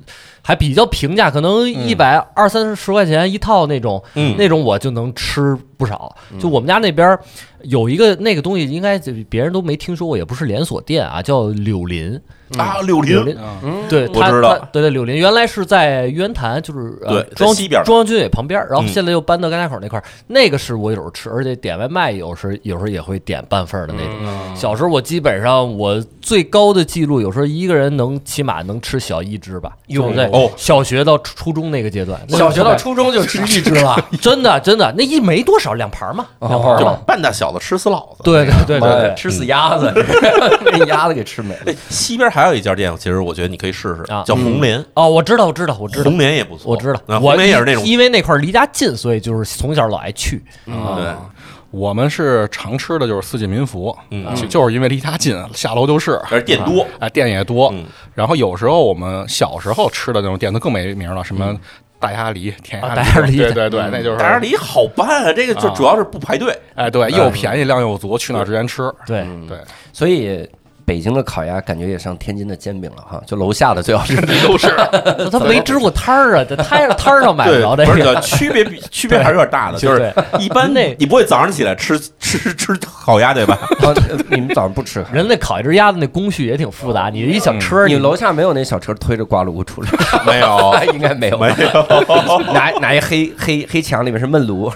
B: 还比较平价，可能一百二三十块钱一套那种，
C: 嗯
B: 那种我就能吃不少。就我们家那边儿有一个那个东西，应该就别人都没听说过，也不是连锁店啊，叫柳林。
C: 啊，柳
B: 柳
C: 林
B: 林，
A: 嗯，
B: 对，
C: 我
B: 它
C: 知道
B: 它对对，柳林原来是在渊潭，就是呃
C: 对在
B: 庄
C: 西边儿
B: 庄军伟旁边儿，然后
C: 嗯
B: 现在又搬到甘家口那块儿。那个是我有时候吃，而且点外卖有时有时候也会点半份儿
C: 嗯
B: 的那种。
A: 嗯
B: 小时候我基本上我最高的记录，有时候一个人能起码能吃小一只吧，就在
C: 哦
B: 小学到初中那个阶段，
A: 小学到初中就吃一只了，
B: *laughs* 真的真的那一没多少，两盘儿嘛，
A: 哦
B: 两盘儿
C: 就
B: 嘛。
C: 半大小子吃死老子。
B: 啊对对对对
A: 妈
B: 对
A: 呀，嗯吃死鸭 *laughs* 子，被鸭子给吃没了。
C: 哎，西边还有一家店，其实我觉得你可以试试
B: 啊，
C: 叫红莲，
B: 哦，我知道，我知道，我知道，
C: 红莲也不错，
B: 我知道，
C: 啊
B: 我
C: 红莲也是那种嗯
B: 因因为那块儿离家近，所以就是从小老爱去。
C: 对。
B: 啊
D: 我们是常吃的就是四季民福，
C: 嗯
D: 就就是因为离家近，下楼就是，
B: 嗯
C: 而且店多，
D: 哎，店也多
C: 嗯。
D: 然后有时候我们小时候吃的那种店，它更没名了，什么大鸭梨、甜
B: 啊
D: 鸭
B: 大鸭梨
D: 对对对，那就是
C: 大家离好办啊，这个就
D: 啊
C: 主要是不排队。
D: 哎，对，又便宜量又足，去那儿直接 *laughs* 吃。
B: 对，
D: 对，
A: 嗯所以北京的烤鸭感觉也上天津的煎饼了哈，就楼下的最好 *laughs* 吃。
B: *laughs*
D: 都是
B: 他他没支过摊儿啊，在
C: *laughs*
B: 摊摊儿上买不
C: 呃
B: 着这
C: 对，不是
B: 个。
C: 的，区
B: *laughs*
C: 别比区别还是有点大的，就是 *laughs* 一般
B: 那
C: 你不会早上起来吃吃吃烤鸭
B: *laughs*
C: 对吧？
A: 啊你们早上不吃？
B: 人那烤一只鸭子那工序也挺复
C: 嗯
B: 杂，你一小车，
A: 你
B: 你
A: 楼下没有那小车推着挂炉 *laughs* 出来？
C: 没有， *laughs*
A: 应该没有吧，
B: *laughs*
C: 没有。
A: 拿拿一黑黑黑墙里面是焖炉，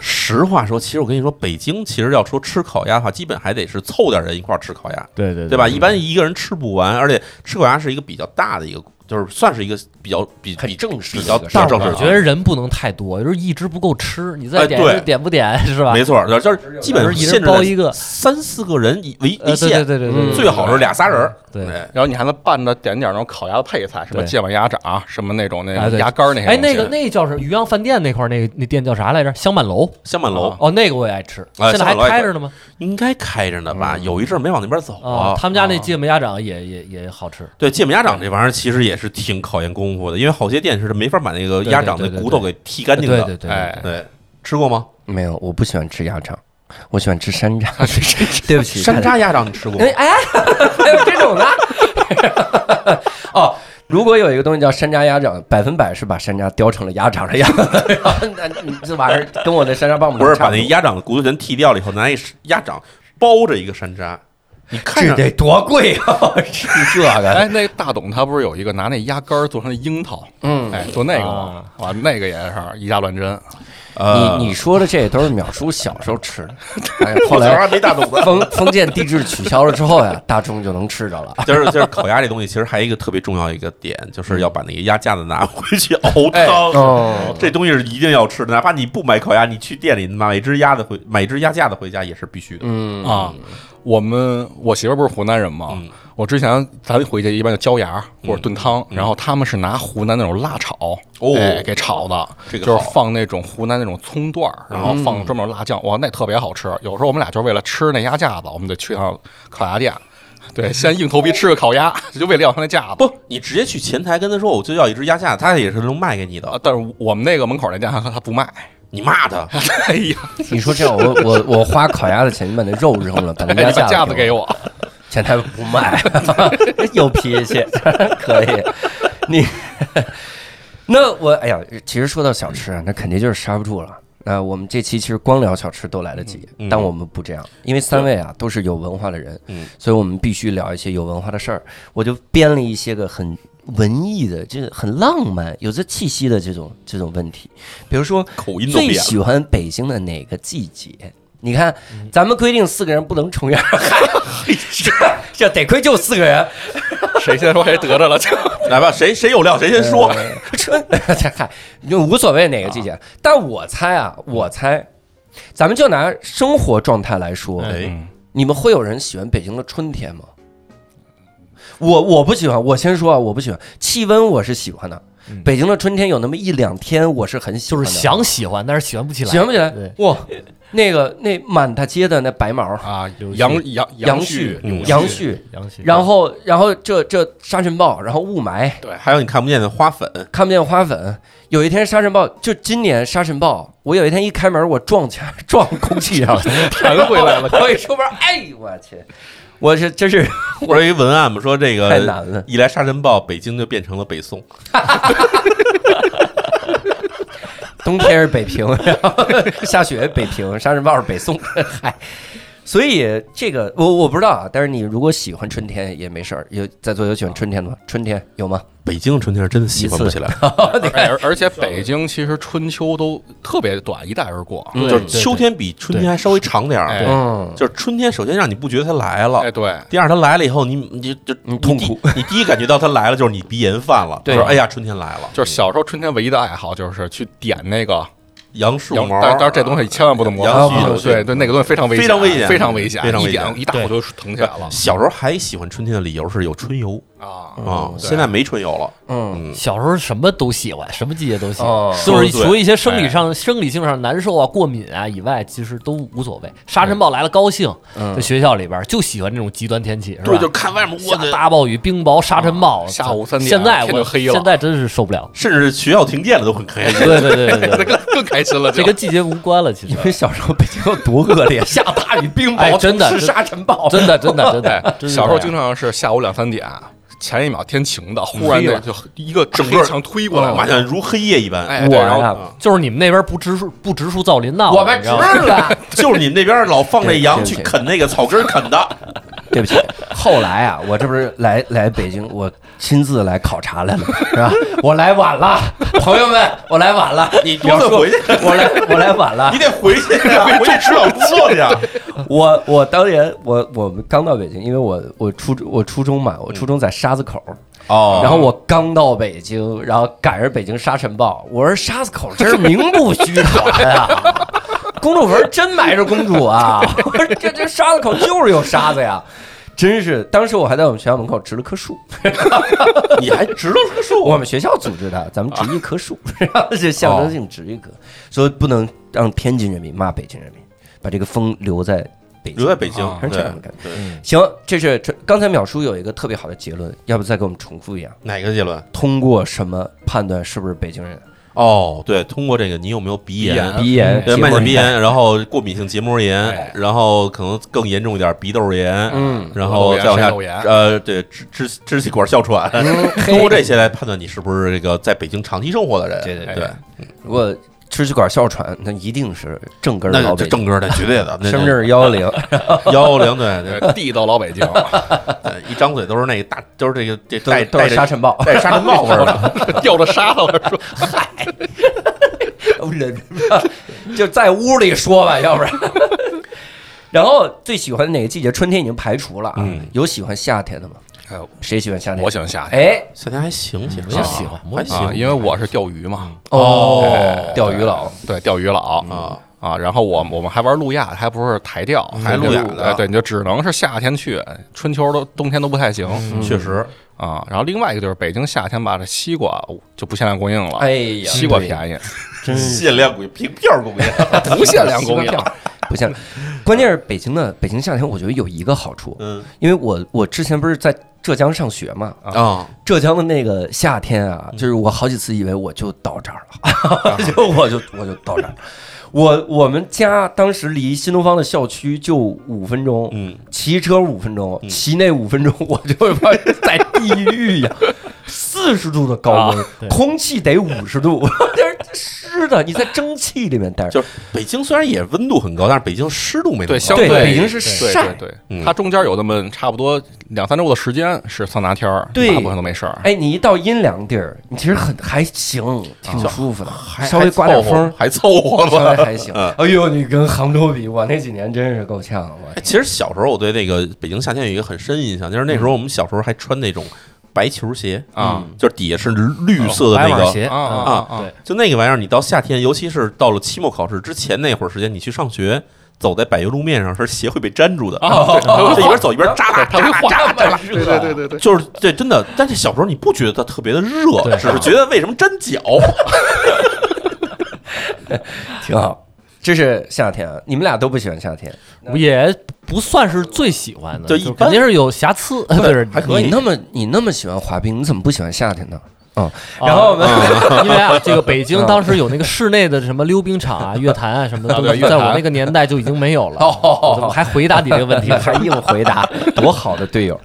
C: 实话说，其实我跟你说，北京其实要说吃烤鸭的话，基本还得是凑点人一块儿吃烤鸭，
E: 对对
C: 对吧？一般一个人吃不完，而且吃烤鸭是一个比较大的一个，就是算是一个比较比
A: 很
C: 比
A: 正式
C: 比
A: 的
C: 较
A: 一个
C: 比
A: 事
C: 较
B: 但
A: 儿
C: 正
B: 我
C: 式的。
B: 觉得人不能太多，就是一只不够吃，你
C: 哎
B: 再点
C: 对
B: 就点不点是吧？
C: 没错，就是基本上
B: 一人
C: 限制
B: 包
C: 在
B: 一个
C: 三四个人以为为
B: 呃，对对
C: 限，
B: 对对
A: 嗯
B: 对，
C: 最好是俩仨人儿。
B: 对
C: 哎
D: 然后你还能拌着点点那种烤鸭的配菜，什么
B: 对
D: 芥末鸭掌，什么那种那
B: 哎
D: 种
B: 对
D: 鸭肝儿那些。
B: 哎，那个，那叫什么？渔阳饭店那块儿那那店叫啥来着？香满楼
C: 香满楼
B: 哦，那个我也爱吃，
C: 哎
B: 现在还
C: 啊香满楼也
B: 开着呢吗？
C: 应该开着呢吧？有一阵儿没往那边走
B: 啊
C: 啊，。
B: 他们家那芥末鸭掌也也也好吃，
C: 对芥末鸭掌这玩意儿其实也是挺考验功夫的，因为好些店是没法把那个鸭掌
B: 对
C: 的
B: 对对对
C: 骨头给剔干
B: 对
C: 净
B: 对
C: 的。
B: 对对，
D: 哎，
C: 对，吃过吗？
A: 没有，我不喜欢吃鸭掌，我喜欢吃山楂。 *laughs* 对不起，
C: 山楂鸭掌你吃过吗
A: 哎？哎， *laughs* 还有这种的？ *laughs* 哦，如果有一个东西叫山楂鸭掌，百分百是把山楂雕成了鸭掌的样子， *laughs* 然后那你这玩意儿跟我那山楂棒棒
C: 不是，
A: 差
C: 把
A: 多
C: 那鸭掌的骨头全剔掉了以后，拿一鸭掌包着一个山楂，你看
A: 这
C: 着
A: 得多贵啊！吃这个，
D: 哎，那大董他不是有一个拿那鸭肝儿做成的樱桃，
A: 嗯，
D: 哎，做那个吗？
B: 啊
D: 哇，那个也是以假乱真。
C: 呃，
A: 你你说的这都是淼叔小时候吃的，哎呀，后
C: *laughs* 我早
A: 来
C: 上没大懂的。
A: 封封建帝制取消了之后呀，大众就能吃着了。
C: 就是就是烤鸭这东西，其实还有一个特别重要一个点，就是要把那个鸭架子拿回去熬
D: 哎
C: 汤。
A: 哦，
C: 这东西是一定要吃的，哪怕你不买烤鸭，你去店里买一只鸭子回，买一只鸭架子回家也是必须的。
A: 嗯
D: 啊，我们我媳妇儿不是湖南人吗？
C: 嗯
D: 我之前咱回去一般就椒芽或者炖汤，
C: 嗯
D: 然后他们是拿湖南那种辣炒
C: 哦
D: 哎给炒的，
C: 这个
D: 就是
C: 好嗯
D: 放那种湖南那种葱段儿，然后放专门辣酱，哇，那特别好吃。有时候我们俩就是为了吃那鸭架子，我们得去趟烤
C: *laughs*
D: 鸭店，对，先硬头皮吃个烤鸭， *laughs* 就为了要它那架子。
C: 不，你直接去前台跟他说，我就要一只鸭架，他也是能卖给你
D: 啊
C: 的。！
D: 但是我们那个门口那店他他不卖， *laughs*
C: 你骂他，
D: 哎呀，
A: 你说这样，我我我花烤鸭的钱，你把那肉扔了，把那
D: 哎
A: 鸭
D: 你把架子
A: 我
D: 给我，
A: 前台不
B: *laughs*
A: 卖， *laughs* 有脾气，可以。你那我哎呀，其实说到小吃啊，那肯定就是刹不住了。呃，我们这期其实光聊小吃都来得及，
C: 嗯
A: 但我们不这样，因为三位啊都是有文化的人，
C: 嗯
A: 所以我们必须聊一些有文化的事儿。我就编了一些个很文艺的，就是很浪漫、有着气息的这种这种问题，比如说
C: 口音都
A: 最
C: 变了。
A: 喜欢北京的哪个季节？你看，
C: 嗯
A: 咱们规定四个人不能重 *laughs* 样，
C: 哎
A: 这 *laughs* 这得亏就四个人。
D: 谁先说谁得着了就。
C: 来吧，谁谁有料谁先说。
A: 春， *laughs* 嗨，呃就无所谓哪个季
B: 啊
A: 节。但我猜啊，我猜，咱们就拿生活状态来说，
C: 哎，
A: 你们会有人喜欢北京的春天吗？我我不喜欢，我先说啊，我不喜欢气温，我是喜欢的。北京的春天有那么一两天，我是很喜
B: 嗯就
A: 欢
B: 是
A: 的，
B: 想喜欢，但是喜欢不起来。
A: 喜欢不起来
B: 对。
A: 哇，那个那满大街的那白毛，
D: 啊，杨杨
A: 杨
D: 旭
A: 絮，
C: 嗯
A: 杨絮，
B: 杨喜，
A: 然后然后这这沙尘暴，然后雾霾，
C: 还有你看不见的花粉，
A: 看不见花粉。有一天沙尘暴，就今年沙尘暴，我有一天一开门，我撞墙撞空气 *laughs* 上了，
D: 弹回来了。
A: 我一出门，哎，我去，我是这是
C: 我有一文案嘛，说这
A: 太
C: 个
A: 难了。
C: 一来沙尘暴，北京就变成了北宋。
A: 冬天是北平，然后下雪北平，沙尘暴是北宋，嗨。所以这个我我不知道啊，但是你如果喜欢春天也没事儿。有在座有喜欢春天的吗？春天有吗？
C: 北京的春天是真的喜欢不起来，
B: *laughs*
D: 哎而而且北京其实春秋都特别短，一带而过。
A: 嗯
C: 就是秋天比春天还稍微长点
D: 哎
C: 儿。啊
A: 嗯，
C: 就是春天，首先让你不觉得它来了
D: 哎，，对，
C: 第二它来了以后，你你就
A: 嗯痛苦
C: 你第，你第一感觉到它来了 *laughs* 就是你鼻炎犯了，
A: 对
C: 就是哎呀春天来了，
D: 就是小时候春天唯一的爱好就是去点那个
C: 杨树
D: 杨，
C: 毛，
D: 但但是这东西千万不能模
C: 杨
D: 仿
C: 絮
D: 啊
C: 的，
D: 对对，那个东西非常危
C: 非常危
D: 险，
C: 险
D: 非常危险，
C: 非常
D: 一
C: 危险
D: 点一大我就疼起来
C: *laughs*
D: 了
C: 小时候还喜欢春天的理由是有春游
D: 啊！
C: 啊，
D: 对
C: 现在没春游了，
A: 嗯
B: 小时候什么都喜欢，什么季节都喜欢，
A: 哦
B: 就是
C: 说得对
B: 除了一些生理上、生理性上难受啊、过敏啊以外，其实都无所谓。沙尘暴来了高兴，
A: 嗯
B: 在学校里边就喜欢这种极端天气，是吧？
C: 对，就看外面，我
B: 下
C: 的，。
B: 大暴雨、冰雹、沙尘暴，
D: 啊下午三点
B: 现在
D: 天就
B: 我
D: 黑了
B: 现在真是受不了
C: 甚至学校停电了都很开心。
B: 对对对对对
D: 那更更开心了，
B: *laughs* 这
D: 就
B: 跟季节无关了，其
A: 你。
B: 实
A: 们小时候北京有多恶劣？啊 *laughs* 下大雨、冰
B: 哎
A: 雹，
B: 真的
A: 是
B: 真
A: 沙尘暴，
B: 真的，
D: *laughs*
B: 真的，真
D: 哎
B: 的，真是
D: 小时候
B: 这
D: 经
B: 样
D: 常是下午两三点，前一秒天晴的，忽然
C: 黑
D: 那
C: 了
D: 就一个
C: 整
D: 黑
C: 个
D: 墙推 *laughs*
B: 嗯
D: 过来
C: 马
D: 了，
C: 上如黑夜一 *laughs* 般，
D: 哎，对，然后
A: 呀，
B: 就是你们那边不植树不植树造林闹，
A: 我们
B: 你
A: 值
B: 知道吗
A: 了。
C: 就是你们那边老放那
A: 对
C: 羊
A: 对
C: 去
A: 对
D: *laughs*
C: 啃那个草根儿啃的，
A: 对不起。后来啊，我这不是来来北京，我亲自来考察来了，是吧？我来晚了，朋友们，我来晚了。
C: 你
A: 不要
C: 多次
A: 说
C: 回去，
A: 我来我来晚了
C: 你。得回去，啊
D: *laughs*
C: 回去吃老做去啊。
A: 我我当年我我们刚到北京，因为我我初我初中嘛，我初中在沙子口，
C: 哦
A: 然后我刚到北京，然后赶上北京沙尘暴，我说沙子口真是名不虚传啊！ *laughs* 公主坟真埋着公主啊！我说这这沙子口就是有沙子呀，真是！当时我还在我们学校门口植了棵树，
C: *laughs* 你还植了棵树，哦
A: 我们学校组织的，咱们植一棵树，然 *laughs* 后就象征性植一棵，说不能让天津人民骂北京人民，把这个风留在北京，
C: 留在北京
D: 啊，
A: 还是这
C: 对
A: 样的感觉。
C: 对，
A: 行，这是这刚才淼叔有一个特别好的结论，要不再给我们重复一下？
C: 哪个结论？
A: 通过什么判断是不是北京人？
C: 哦，对，通过这个你有没有鼻炎？嗯
A: 鼻炎、
C: 对，
A: 结
C: 慢
A: 膜
C: 性鼻
A: 炎，
C: 炎，然后过敏性结膜炎
D: 哎，
C: 然后可能更严重一点鼻窦炎，
A: 嗯，
C: 然后再往
D: 舌
C: 下
D: 头炎，
C: 呃，对，支支支气管哮喘，
A: 嗯
C: 通过这些来判断你是不是这个在北京长期生活的人。
A: 对对
C: 对
D: 对
A: 如果支气管哮喘，那一定是正根儿
C: 那
A: 老
C: 这
A: 北京，
C: 正歌 *laughs* 的绝对的，那
A: 身份证幺
C: *laughs*
A: 零，
C: 幺零对对
D: 对哎地道老北京，
B: *laughs*
C: 对，一张嘴都是那个大，都是这个这
A: 都
C: 带
A: 都
C: 带
A: 是
C: 着
A: 沙尘暴， *laughs*
C: 带着沙尘暴味儿
B: *laughs*
C: 的。
D: 掉着沙子了，说
A: 人就在屋里说吧， *laughs* 要不然。然后最喜欢哪个季节？春天已经排除了啊
C: 嗯，
A: 有喜欢夏天的吗？
D: 哎呦
A: 谁喜欢夏天
D: 我？喜欢夏天
A: 哎，
C: 夏天还行，其实
B: 我也喜欢我
C: 还
B: 也
C: 行
D: 啊，，因为我是钓鱼嘛，
C: 哦
A: 钓鱼佬，
D: 对，钓鱼佬
C: 啊
D: 啊，然后我我们还玩路亚，还不是台钓，
C: 还路亚的
D: 哎对，你就只能是夏天去，春秋都冬天都不太行
C: 确实
D: 啊。然后另外一个就是北京夏天吧，这西瓜就不限量供应了，
A: 哎呀，
D: 西瓜便宜，
A: 真是
C: 限量供应，凭票供应。
A: *laughs*
D: 不限量供应，
A: 不像，关键是北京的北京夏天，我觉得有一个好处，
C: 嗯
A: 因为我我之前不是在浙江上学嘛，
C: 啊，
A: 浙江的那个夏天啊，
D: 嗯
A: 就是我好几次以为我就到这儿
D: 啊
A: 了， *laughs* 就我就我就到这儿。我我们家当时离新东方的校区就五分钟，
C: 嗯，
A: 骑车五分钟，
C: 嗯
A: 骑那五分钟我就发现在地狱呀，四十度的高
D: 啊
A: 温，空气得五十度， *laughs* 这是的，你在蒸汽里面待着，
C: 就是北京虽然也温度很高，但是北京湿度没那
D: 对，
C: 么
D: 相
C: 高。
A: 对
D: 对
A: 北京是
D: 对
A: 晒
D: 对对，
C: 嗯
D: 它中间有那么差不多两三周的时间是桑拿天儿，
A: 对
D: 大部分都没事儿。
A: 哎，你一到阴凉地儿，你其实很还行，挺舒服的，
C: 还
A: 稍微刮点 *laughs* 风，
C: 还凑合
A: 稍微
C: 吧。
A: 还行。哎呦，你跟杭州比，我那几年真是够呛，我
C: 哎 *laughs* 其实小时候我对那个北京夏天有一个很深印象，就是那时候我们小时候还穿那种白球鞋
D: 啊，
C: 就是底下是绿色的
B: 白
C: 那
B: 网
C: 个，
B: 鞋
D: 啊啊啊！
B: 对
C: 就那个玩意儿，你到夏天，尤其是到了期末考试之前那会儿时间，你去上学，走在柏油路面上，是鞋会被粘住的，就一边走一边扎，
D: 哦它会化
A: 了，对对对对，
C: 就是这真的。但是小时候你不觉得它特别的热，
B: 对
C: 只是觉得为什么粘脚？
A: 挺好。 *laughs* 这是夏天啊，你们俩都不喜欢夏天，
B: 我嗯也不算是最喜欢的，
C: 对
B: 就
C: 一般
B: 肯定是有瑕疵，不 *laughs* 是
C: 还可以
A: 你那么你那么喜欢滑冰，你怎么不喜欢夏天呢？嗯，然后我们
B: 因为啊，这个北京当时有那个室内的什么溜冰场啊、乐坛啊什么的，
D: 啊
B: 都
D: 对乐
B: 在
D: 坛
B: 我那个年代就已经没有了。我怎么
A: 哦，
B: 还回答你这个问题？
A: *laughs* 还硬回答，多好的队友。啊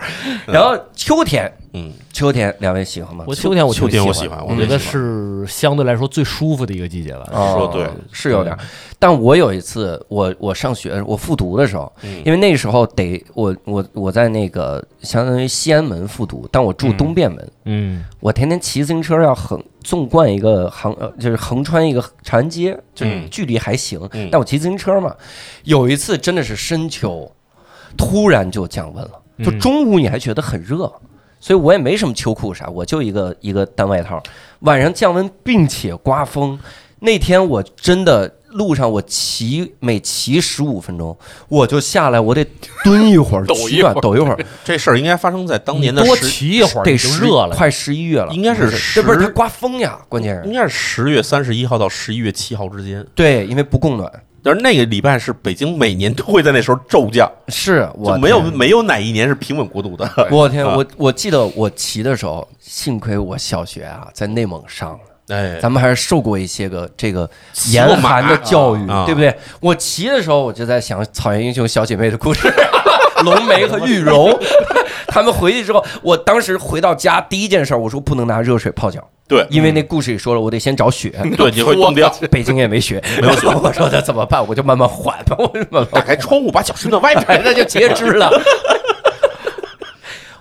A: 然后秋天，
C: 嗯，
A: 秋天两位喜欢吗？
B: 我秋天我
C: 秋天我喜
B: 欢，
C: 欢，
B: 我
C: 觉
B: 觉得是相对来说最舒服的一个季节吧。
A: 哦
C: 说对
A: 是有点儿。但我有一次，我我上学，我复读的时候，
C: 嗯
A: 因为那时候得我我我在那个相当于西安门复读，但我住东便门，
B: 嗯，
A: 我天天骑自行车要横纵贯一个横呃就是横穿一个长安街，就是
C: 嗯
A: 距离还行，
C: 嗯
A: 但我骑自行车嘛，有一次真的是深秋，突然就降温了，就中午你还觉得很热。所以我也没什么秋裤啥，我就一个一个单外套。晚上降温，并且刮风。那天我真的路上我骑每骑十五分钟，我就下来，我得蹲一会儿，
D: 抖
A: 骑
D: 一
A: 吧
D: 会儿
A: 抖一会儿，
C: 这事儿应该发生在当年的
B: 你多
C: 十，
B: 骑一会儿
A: 得
B: 你就
A: 十
B: 热了，
A: 快十一月了，
C: 应该是
A: 不这不是
C: 十
A: 它刮风呀，关键
C: 应
A: 是
C: 该是十月三十一号到十一月七号之间。
A: 对，因为不供暖。
C: 但是那个礼拜是北京每年都会在那时候骤降，
A: 是我
C: 就
A: 天
C: 没有没有哪一年是平稳过渡
A: *laughs*
C: 的。
A: 我天，
C: 啊
A: 我我记得我骑的时候，幸亏我小学啊在内蒙上了，
C: 哎，
A: 咱们还是受过一些个这个
C: 骑
A: 严
C: 过马
A: 寒的教育
C: 啊，
A: 对不对？我骑的时候我就在想草原英雄小姐妹的故事， *laughs* 龙梅和玉柔， *laughs* 他们回去之后，我当时回到家第一件事儿，我说不能拿热水泡脚，
C: 对
A: 因为那故事里说了，我得先找
C: *laughs*
A: 雪。
C: 对，你会
A: *laughs*
C: 冻掉。
A: 北京也没
C: *laughs*
A: 雪，然后我说那 *laughs* 怎么办？我就慢慢缓吧，我就慢慢
C: 打开窗户，把脚伸到外面。
A: 那就截肢了。 *laughs*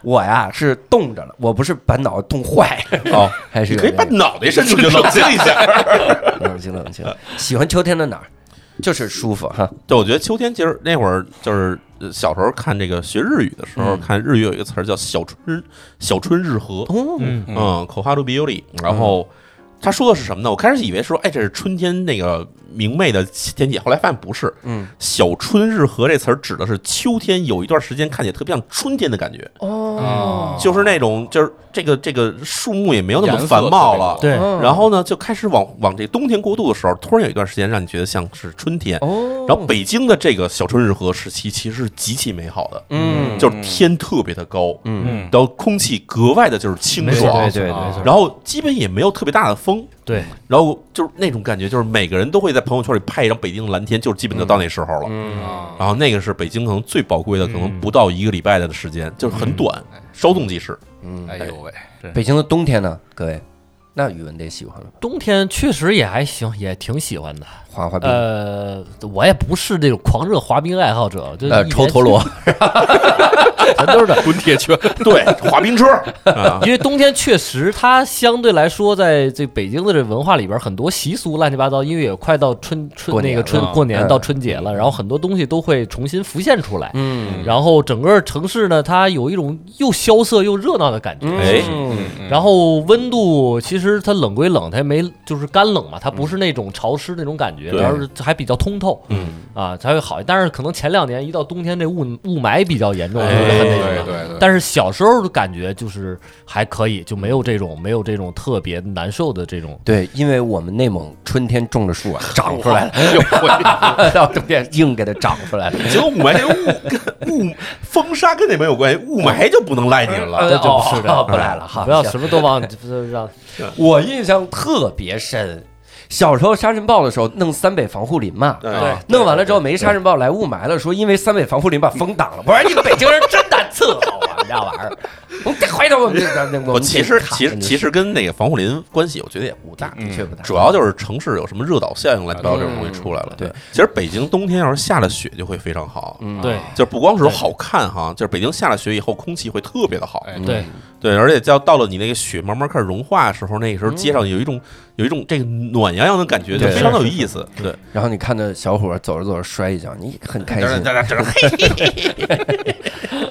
A: 我呀是冻着了，我不是把脑袋冻坏， *laughs*
C: 哦，
A: 还是
C: *laughs* 你
A: 有
C: 可以把
A: 那哎
C: 脑袋伸出去冷静一
A: *laughs*
C: 下。
A: 个冷静冷静。喜欢秋天的哪儿？就是舒服哈，
C: 对，我觉得秋天其实那会儿就是呃小时候看这个学日语的时候，
A: 嗯
C: 看日语有一个词儿叫小春小春日和，
F: 嗯，
D: 嗯
C: 嗯，口哈鲁比尤里。然后他说的是什么呢？我开始以为说，哎，这是春天那个明媚的天气，后来发现不是。
A: 嗯，
C: 小春日和这词儿指的是秋天有一段时间看起来特别像春天的感觉，
D: 哦
C: 就是那种就是这个这个树木也没有那么
D: 颜色
C: 繁茂了
D: 特。
B: 对，
A: 嗯
C: 然后呢，就开始往往这冬天过渡的时候，突然有一段时间让你觉得像是春天。
A: 哦，
C: 然后北京的这个小春日和时期其实是极其美好的，
A: 嗯
C: 就是天特别的高，
A: 嗯
D: 嗯
C: 然后空气格外的就是清
B: 没错
C: 爽，
B: 对对
D: 啊
B: 没错，
C: 然后基本也没有特别大的风，
B: 对，
C: 然后就是那种感觉，就是每个人都会在朋友圈里拍一张北京的蓝天，就是基本就到那时候了。
A: 嗯
C: 然后那个是北京可能最宝贵的，可能不到一个礼拜的时
B: 嗯
C: 间，就是很短，稍纵即逝。
A: 嗯，
D: 哎呦喂，真
A: 北京的冬天呢，各位，那语文得喜欢了，
B: 冬天确实也还行，也挺喜欢的。
A: 滑滑冰，
B: 呃，我也不是这种狂热滑冰爱好者，就是一年
A: 呃抽陀螺，
B: 全都是这。
D: *laughs* 滚铁圈，
B: 嗯 *laughs*
C: 对，滑冰车啊，
B: *laughs* 因为冬天确实，它相对来说，在这北京的这文化里边，很多习俗乱七八糟，因为也快到春春
A: 过年
B: 那个春
D: 了
B: 过年
A: 嗯
B: 到春节了，然后很多东西都会重新浮现出来。
A: 嗯，
B: 然后整个城市呢，它有一种又萧瑟又热闹的感觉。
C: 哎
A: 嗯
B: 然后温度其实它冷归冷，它也没就是干冷嘛，它不是那种潮湿那种感觉，
C: 对
B: 然后还比较通透，
C: 嗯，
B: 啊才会好一点。但是可能前两年一到冬天，这雾雾霾比较严重，
C: 哎
B: 就
D: 对
B: 是很那
D: 对
B: 什么。
D: 对对，
B: 但是小时候的感觉就是还可以，就没有这种没有这种特别难受的这种。
A: 对，因为我们内蒙春天种的树啊，长出来了，
D: 又会
A: *laughs* 到冬天硬给它长出来了。
C: 结果雾霾这个雾雾风沙跟那没有关系，雾霾就不能赖你们了。
B: 这就不是
A: 哦
B: 的，
A: 不来了哈
B: 不要什么都往就是
C: *laughs*
B: 让
C: 啊
A: 我印象特别深，小时候沙尘暴的时候弄三北防护林嘛，啊
C: 对，
A: 弄完了之后没沙尘暴来雾霾了，说因为三北防护林把风挡了。我说你们北京人真难伺候啊，你这玩意儿。我们这回头我们这我
C: 我
A: 们
C: 其实其实其实跟那个防护林关系，我觉得也不大。
A: 的确不大，
C: 主要就是城市有什么热岛效应，乱七八糟这种东西出来了。
A: 对，
C: 其实北京冬天要是下了雪就会非常好，
A: 嗯
B: 对
C: 就是不光是好看哈，就是北京下了雪以后空气会特别的好，
A: 嗯
D: 哎
B: 对
C: 对，而且到到了你那个雪慢慢开始融化的时候，那个时候街上有一种有一种这个暖洋洋的感觉，就
A: 对
C: 非常的有意思。对，
A: 然后你看那小伙走着走着摔一跤，你很开心，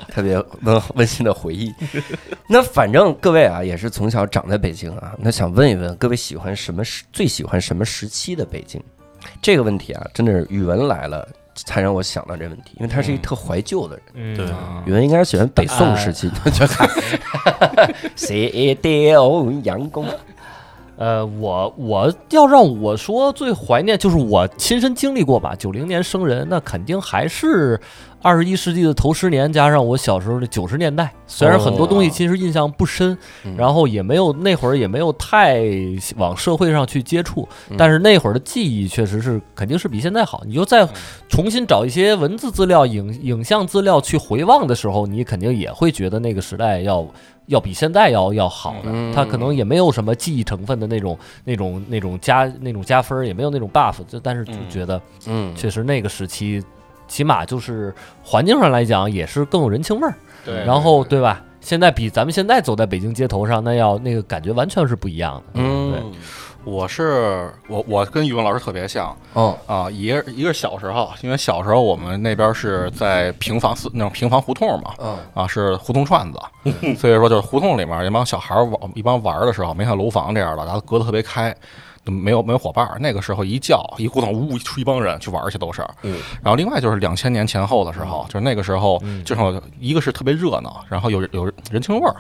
A: 特别温温馨的回忆。 *laughs* 那反正各位啊，也是从小长在北京啊，那想问一问各位喜欢什么时最喜欢什么时期的北京？这个问题啊，真的是语文来了才让我想到这问题，因为他是一特怀旧的人。
C: 对
B: 嗯，
A: 语文应该是喜欢北宋时期，谁的欧阳公？
B: 呃，我我要让我说最怀念，就是我亲身经历过吧。九零年生人，那肯定还是二十一世纪的头十年，加上我小时候的九十年代。虽然很多东西其实印象不深，
A: 嗯
B: 然后也没有那会儿也没有太往社会上去接触，
A: 嗯
B: 但是那会儿的记忆确实是肯定是比现在好。你就再重新找一些文字资料、影影像资料去回望的时候，你肯定也会觉得那个时代要要比现在要要好的。
A: 嗯
B: 它可能也没有什么记忆成分的那种、那种、那种加、那种加分儿，也没有那种 buff，就但是就觉得
A: 嗯，
B: 确实那个时期，起码就是环境上来讲也是更有人情味儿，
D: 对，
B: 然后对吧？现在比咱们现在走在北京街头上，那要那个感觉完全是不一样的。对，
A: 嗯，
D: 我是我我跟语文老师特别像，
A: 哦，
D: 啊，一个一个小时候，因为小时候我们那边是在平房四那种平房胡同嘛，
A: 嗯
D: 啊是胡同串子，所以说就是胡同里面一帮小孩儿玩一帮玩儿的时候，没像楼房这样的，然后隔得特别开。就没有没有伙伴儿，那个时候一叫一胡同，呜出一帮人去玩儿去都是。嗯，然后另外就是两千年前后的时候，就是那个时候，
A: 嗯
D: 就是一个是特别热闹，然后有有人情味儿。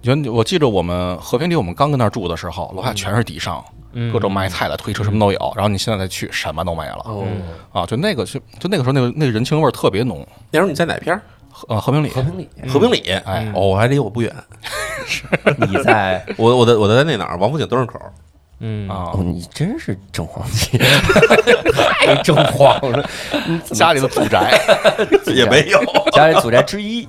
D: 你就我记着我们和平里我们刚跟那儿住的时候，楼下全是地商，
A: 嗯
D: 各种卖菜的、推车什么都有。然后你现在再去，什么都没了。
A: 哦，
D: 啊，就那个就就那个时候，那个那个人情味儿特别浓。
C: 那时候你在哪片儿？
D: 和呃，和平里
A: 和平里，
C: 和平里。
D: 哎
C: 哦，我还离我不远，
A: *laughs* 你在
C: 我我的我在那哪儿？王府井东市口。
B: 嗯，
D: 啊
A: 哦，，你真是正黄旗，太正黄了，
D: 家里的祖宅
C: 也
B: *laughs*
C: 没有。
A: 家里祖宅之一。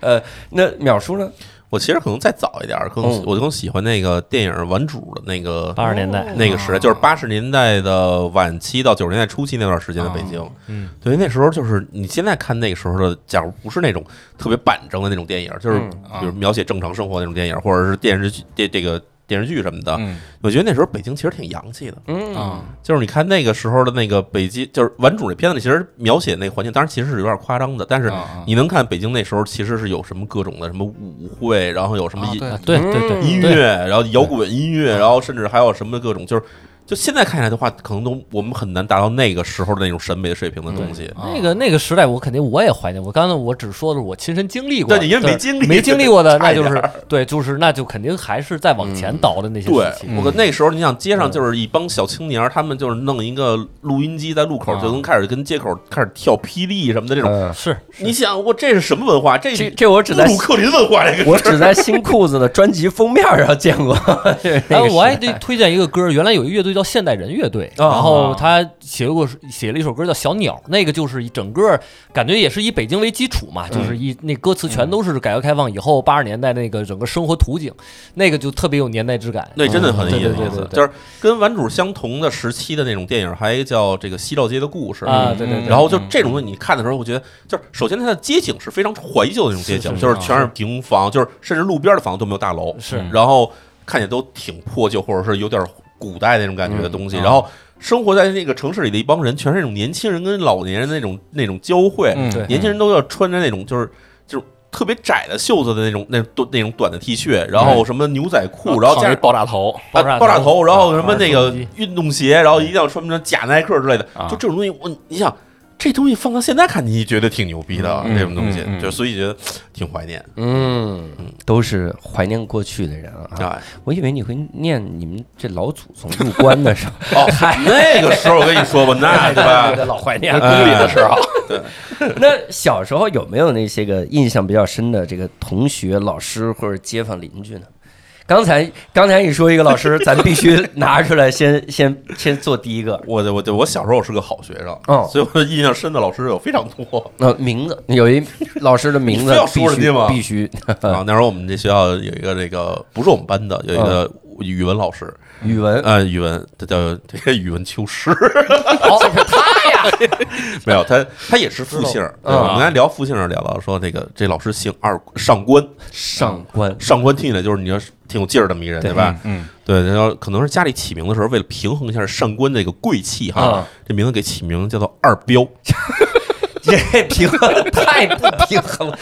A: 呃，那淼叔呢？
C: 我其实可能再早一点儿，更
A: 嗯
C: 我就更喜欢那个电影《顽主》的那个
B: 八十年代，
C: 那个时代，就是八十年代的晚期到九十年代初期那段时间的北京。
F: 嗯，
C: 对，那时候就是你现在看那个时候的，假如不是那种特别板正的那种电影，就是
D: 啊
C: 比如描写正常生活那种电影，或者是电视剧这这个电视剧什么的，
D: 嗯
C: 我觉得那时候北京其实挺洋气的。
A: 嗯，
D: 啊，
C: 就是你看那个时候的那个北京，就是《顽主》那片子里，其实描写那个环境，当然其实是有点夸张的，但是
D: 啊啊
C: 你能看北京那时候其实是有什么各种的什么舞会，然后有什么
D: 啊
C: 音、
D: 对
B: 对对对，
C: 音
B: 对
C: 乐，然后摇滚音乐，然后甚至还有什么各种，就是就现在看起来的话，可能都我们很难达到那个时候的那种审美水平的东西。
D: 啊
B: 那个那个时代，我肯定我也怀念。我刚才我只说的是我亲身经历过的，
C: 对你因为没
B: 对
C: 经历
B: 没经历过的，
C: 差
B: 那
C: 一
B: 就
C: 点儿嗯
B: 是对，就是那就肯定还是再往前倒的那些
C: 对
B: 时期。，
C: 我跟那时候，你想街上就是一帮小青年儿，他们就是弄一个录音机在路口，
D: 啊
C: 就能开始跟街口开始跳霹雳什么的这种。
B: 是
C: 你想，我这是什么文化？这
A: 这这我只在
C: 布鲁克林文化这
A: *laughs*
C: 个。
A: 我只在新裤子的专辑封面上见
B: *laughs*
A: 过。那个时代
B: 然后啊我还得
A: 哦
B: 推荐一个歌，原来有一个乐队叫现代人乐队，然后他写过写了一首歌叫《小鸟》，那个就是一整个感觉也是以北京为基础嘛，
A: 嗯
B: 就是以那歌词全都是改革开放以后八十年代那个整个生活图景，那个就特别有年代之感。
C: 那真的很有
B: 对
C: 意
B: 对对
C: 思
B: 对，对
C: 就是跟《顽主》相同的时期的那种电影，还有一个叫这个《西照街的故事》
B: 啊，
C: 嗯
B: 对对对，
C: 然后就这种东西，你看的时候，我觉得就是首先它的街景是非常怀旧的那种街景，
B: 是是
C: 就是全是平房，就是甚至路边的房子都没有大楼，
B: 是
C: 然后看起来都挺破旧，或者是有点古代那种感觉的东西，
D: 嗯
C: 然后。生活在那个城市里的一帮人，全是那种年轻人跟老年人的那种那种交汇，
D: 嗯
B: 对
C: 年轻人都要穿着那种就是就是特别窄的袖子的那种那种那种短的 T 恤，然后什么牛仔裤，然后加
D: 烫一
C: 上
D: 爆炸头，
C: 啊，
B: 炸
C: 爆炸头，然后
B: 啊
C: 什么那
B: 玩儿
C: 个
B: 手机
C: 运动鞋，然后一定要穿什么假耐克之类的，
D: 啊
C: 就这种东西，我你想这东西放到现在看，你觉得挺牛逼的啊
D: 嗯
C: 这种东西
D: 嗯嗯，嗯
C: 就所以觉得挺怀念
A: 嗯，都是怀念过去的人啊。
C: 啊。
A: 我以为你会念你们这老祖宗入关的时候，
C: 哦，那个时候我跟你 *laughs* 说吧，那对吧？
A: 老怀念
C: 哎
D: 宫里的时候，
A: *laughs* 那小时候有没有那些个印象比较深的这个同学、老师或者街坊邻居呢？刚才刚才你说一个老师，咱必须拿出来先先先做第一个。
C: 我我我小时候我是个好学生，
A: 嗯
C: 所以我印象深的老师有非常多
A: 那、呃名字有一老师的名字
C: 你非要
A: 必
C: 说人
A: 须
C: 家吗
A: 必须
C: 啊。那时候我们这学校有一个这个不是我们班的，有一个语文老师，
A: 语文
C: 呃，语文他叫这个语文秋实，
A: 哦，是他呀，
C: *laughs*
A: 嗯
C: 没有，他他也是复姓儿。对我们刚才聊复姓儿，聊到说这个这老师姓二上官，
A: 上
C: *laughs*
A: 官
C: 上官听起来就是你要是挺有劲儿的名人，对吧？
D: 嗯，
C: 对，然后可能是家里起名的时候，为了平衡一下上官这个贵气哈
A: 啊，
C: 这名字给起名叫做二
A: *laughs*
C: 彪。
A: 这平衡 *laughs* 太不平衡
C: *laughs*
A: 了，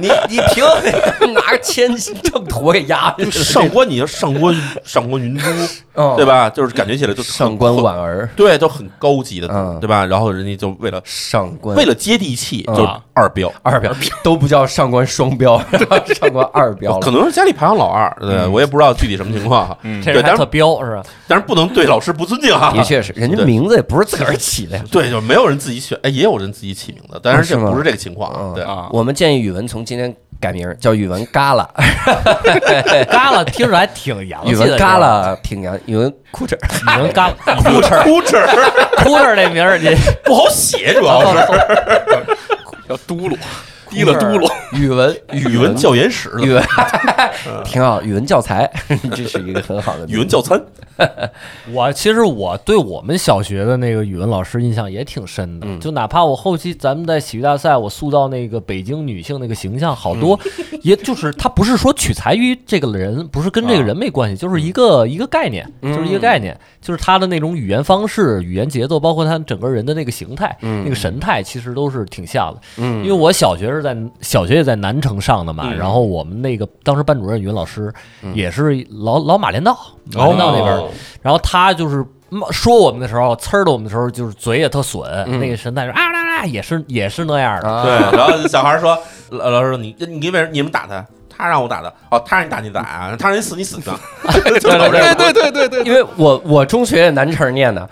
A: 你你平衡拿个铅正坨给压下去
C: 上官，你要上官上
A: *laughs*
C: 官云珠，
A: 了，
C: 对
A: 吧？
C: 吧？就是感觉起来就很
A: 哦上官，婉儿，
C: 对，都很高级的
A: 嗯，
C: 对吧？然后人家就为了
A: 上官
C: 为了接地气，
A: 啊
C: 就二彪。
A: 二标都不叫上官双标，然后上官二标
C: 哦可
A: 了。
C: 能是家里排行老二，对我也不知道具体什么情况哈。
B: 嗯这
C: 对，
B: 人还
C: 但
B: 特
C: 是
B: 彪
C: *laughs*
B: 是吧？
C: 但是不能对老师不尊敬哈。
A: 的确是，人家
C: 对
A: 名字也不是自个儿起的呀。
C: 对，就没有人自己选，哎，也有人自己起名的，但
A: 啊
C: 是这
A: 是吗
C: 不是这个情况啊。
A: 嗯
C: 对，
D: 啊
A: 我们建议语文从今天改名儿叫语文旮旯，
B: 嘎啦听着还挺洋气
A: 语
B: 的，
A: 文旮旯挺洋，语文裤衩儿。
B: 你们嘎
C: *laughs* 哭哧哭哧
B: 哭着这名儿，你
C: 不好写，主要是
D: 叫嘟噜，滴了嘟噜，
A: 语文
C: 语文教研室
A: 语
C: 的
A: 文挺好，语文教材 *laughs* 这是一个很好的
C: 语文教参，
B: 我其实我对我们小学的那个语文老师印象也挺深的，就哪怕我后期咱们在喜剧大赛，我塑造那个北京女性那个形象，好多、也就是他不是说取材于这个人，不是跟这个人没关系，就是一个一个概念，就是一个概念，就是他的那种语言方式、语言节奏，包括他整个人的那个形态、那个神态，其实都是挺像的。因为我小学是在小学也在南城上的嘛，然后我们那个当时班主任语文老师也是老老马连道，马连
C: 哦
B: 道那边儿的。然后他就是骂说我们的时候，呲儿的我们的时候，就是嘴也特损，那个神态是啊啦啦，也是也是那样的。
A: 啊
C: 对，然后小孩说，老老师说你你为什么你们打他？他让我打的，哦，他让你打你打啊，他让你死你死的，对
D: 对对对对对，
A: 因为我我中学也南城念的，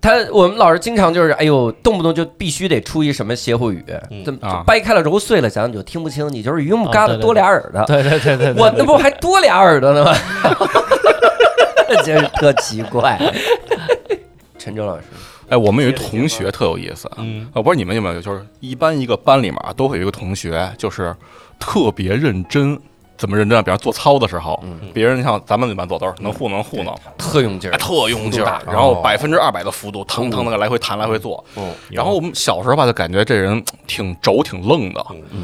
A: 他我们老师经常就是哎呦，动不动就必须得出一什么歇后语，
C: 嗯
A: 怎么
D: 啊
A: 掰开了揉碎了讲你就听不清，你就是榆木
B: 啊
A: 疙
B: 对
A: 瘩
B: 对
A: 多俩耳朵，
B: 对对对对对，
A: 我那不还多俩耳朵呢吗？真是特奇怪。陈征老师，
D: 哎，我们有一同学特有意思，呃
C: 嗯，
D: 我不知道你们有没啊有，就是一般一个班里面啊，都会有一个同学，就是特别认真，怎么认真啊，比方做操的时候，别人像咱们一般做都是能糊弄能糊弄，
A: 特用劲儿
D: 哎，特用劲儿
A: 大，
D: 然后百分之二百的哦幅度，腾腾的来回弹来回做。然后我们小时候吧，就感觉这人挺轴挺愣的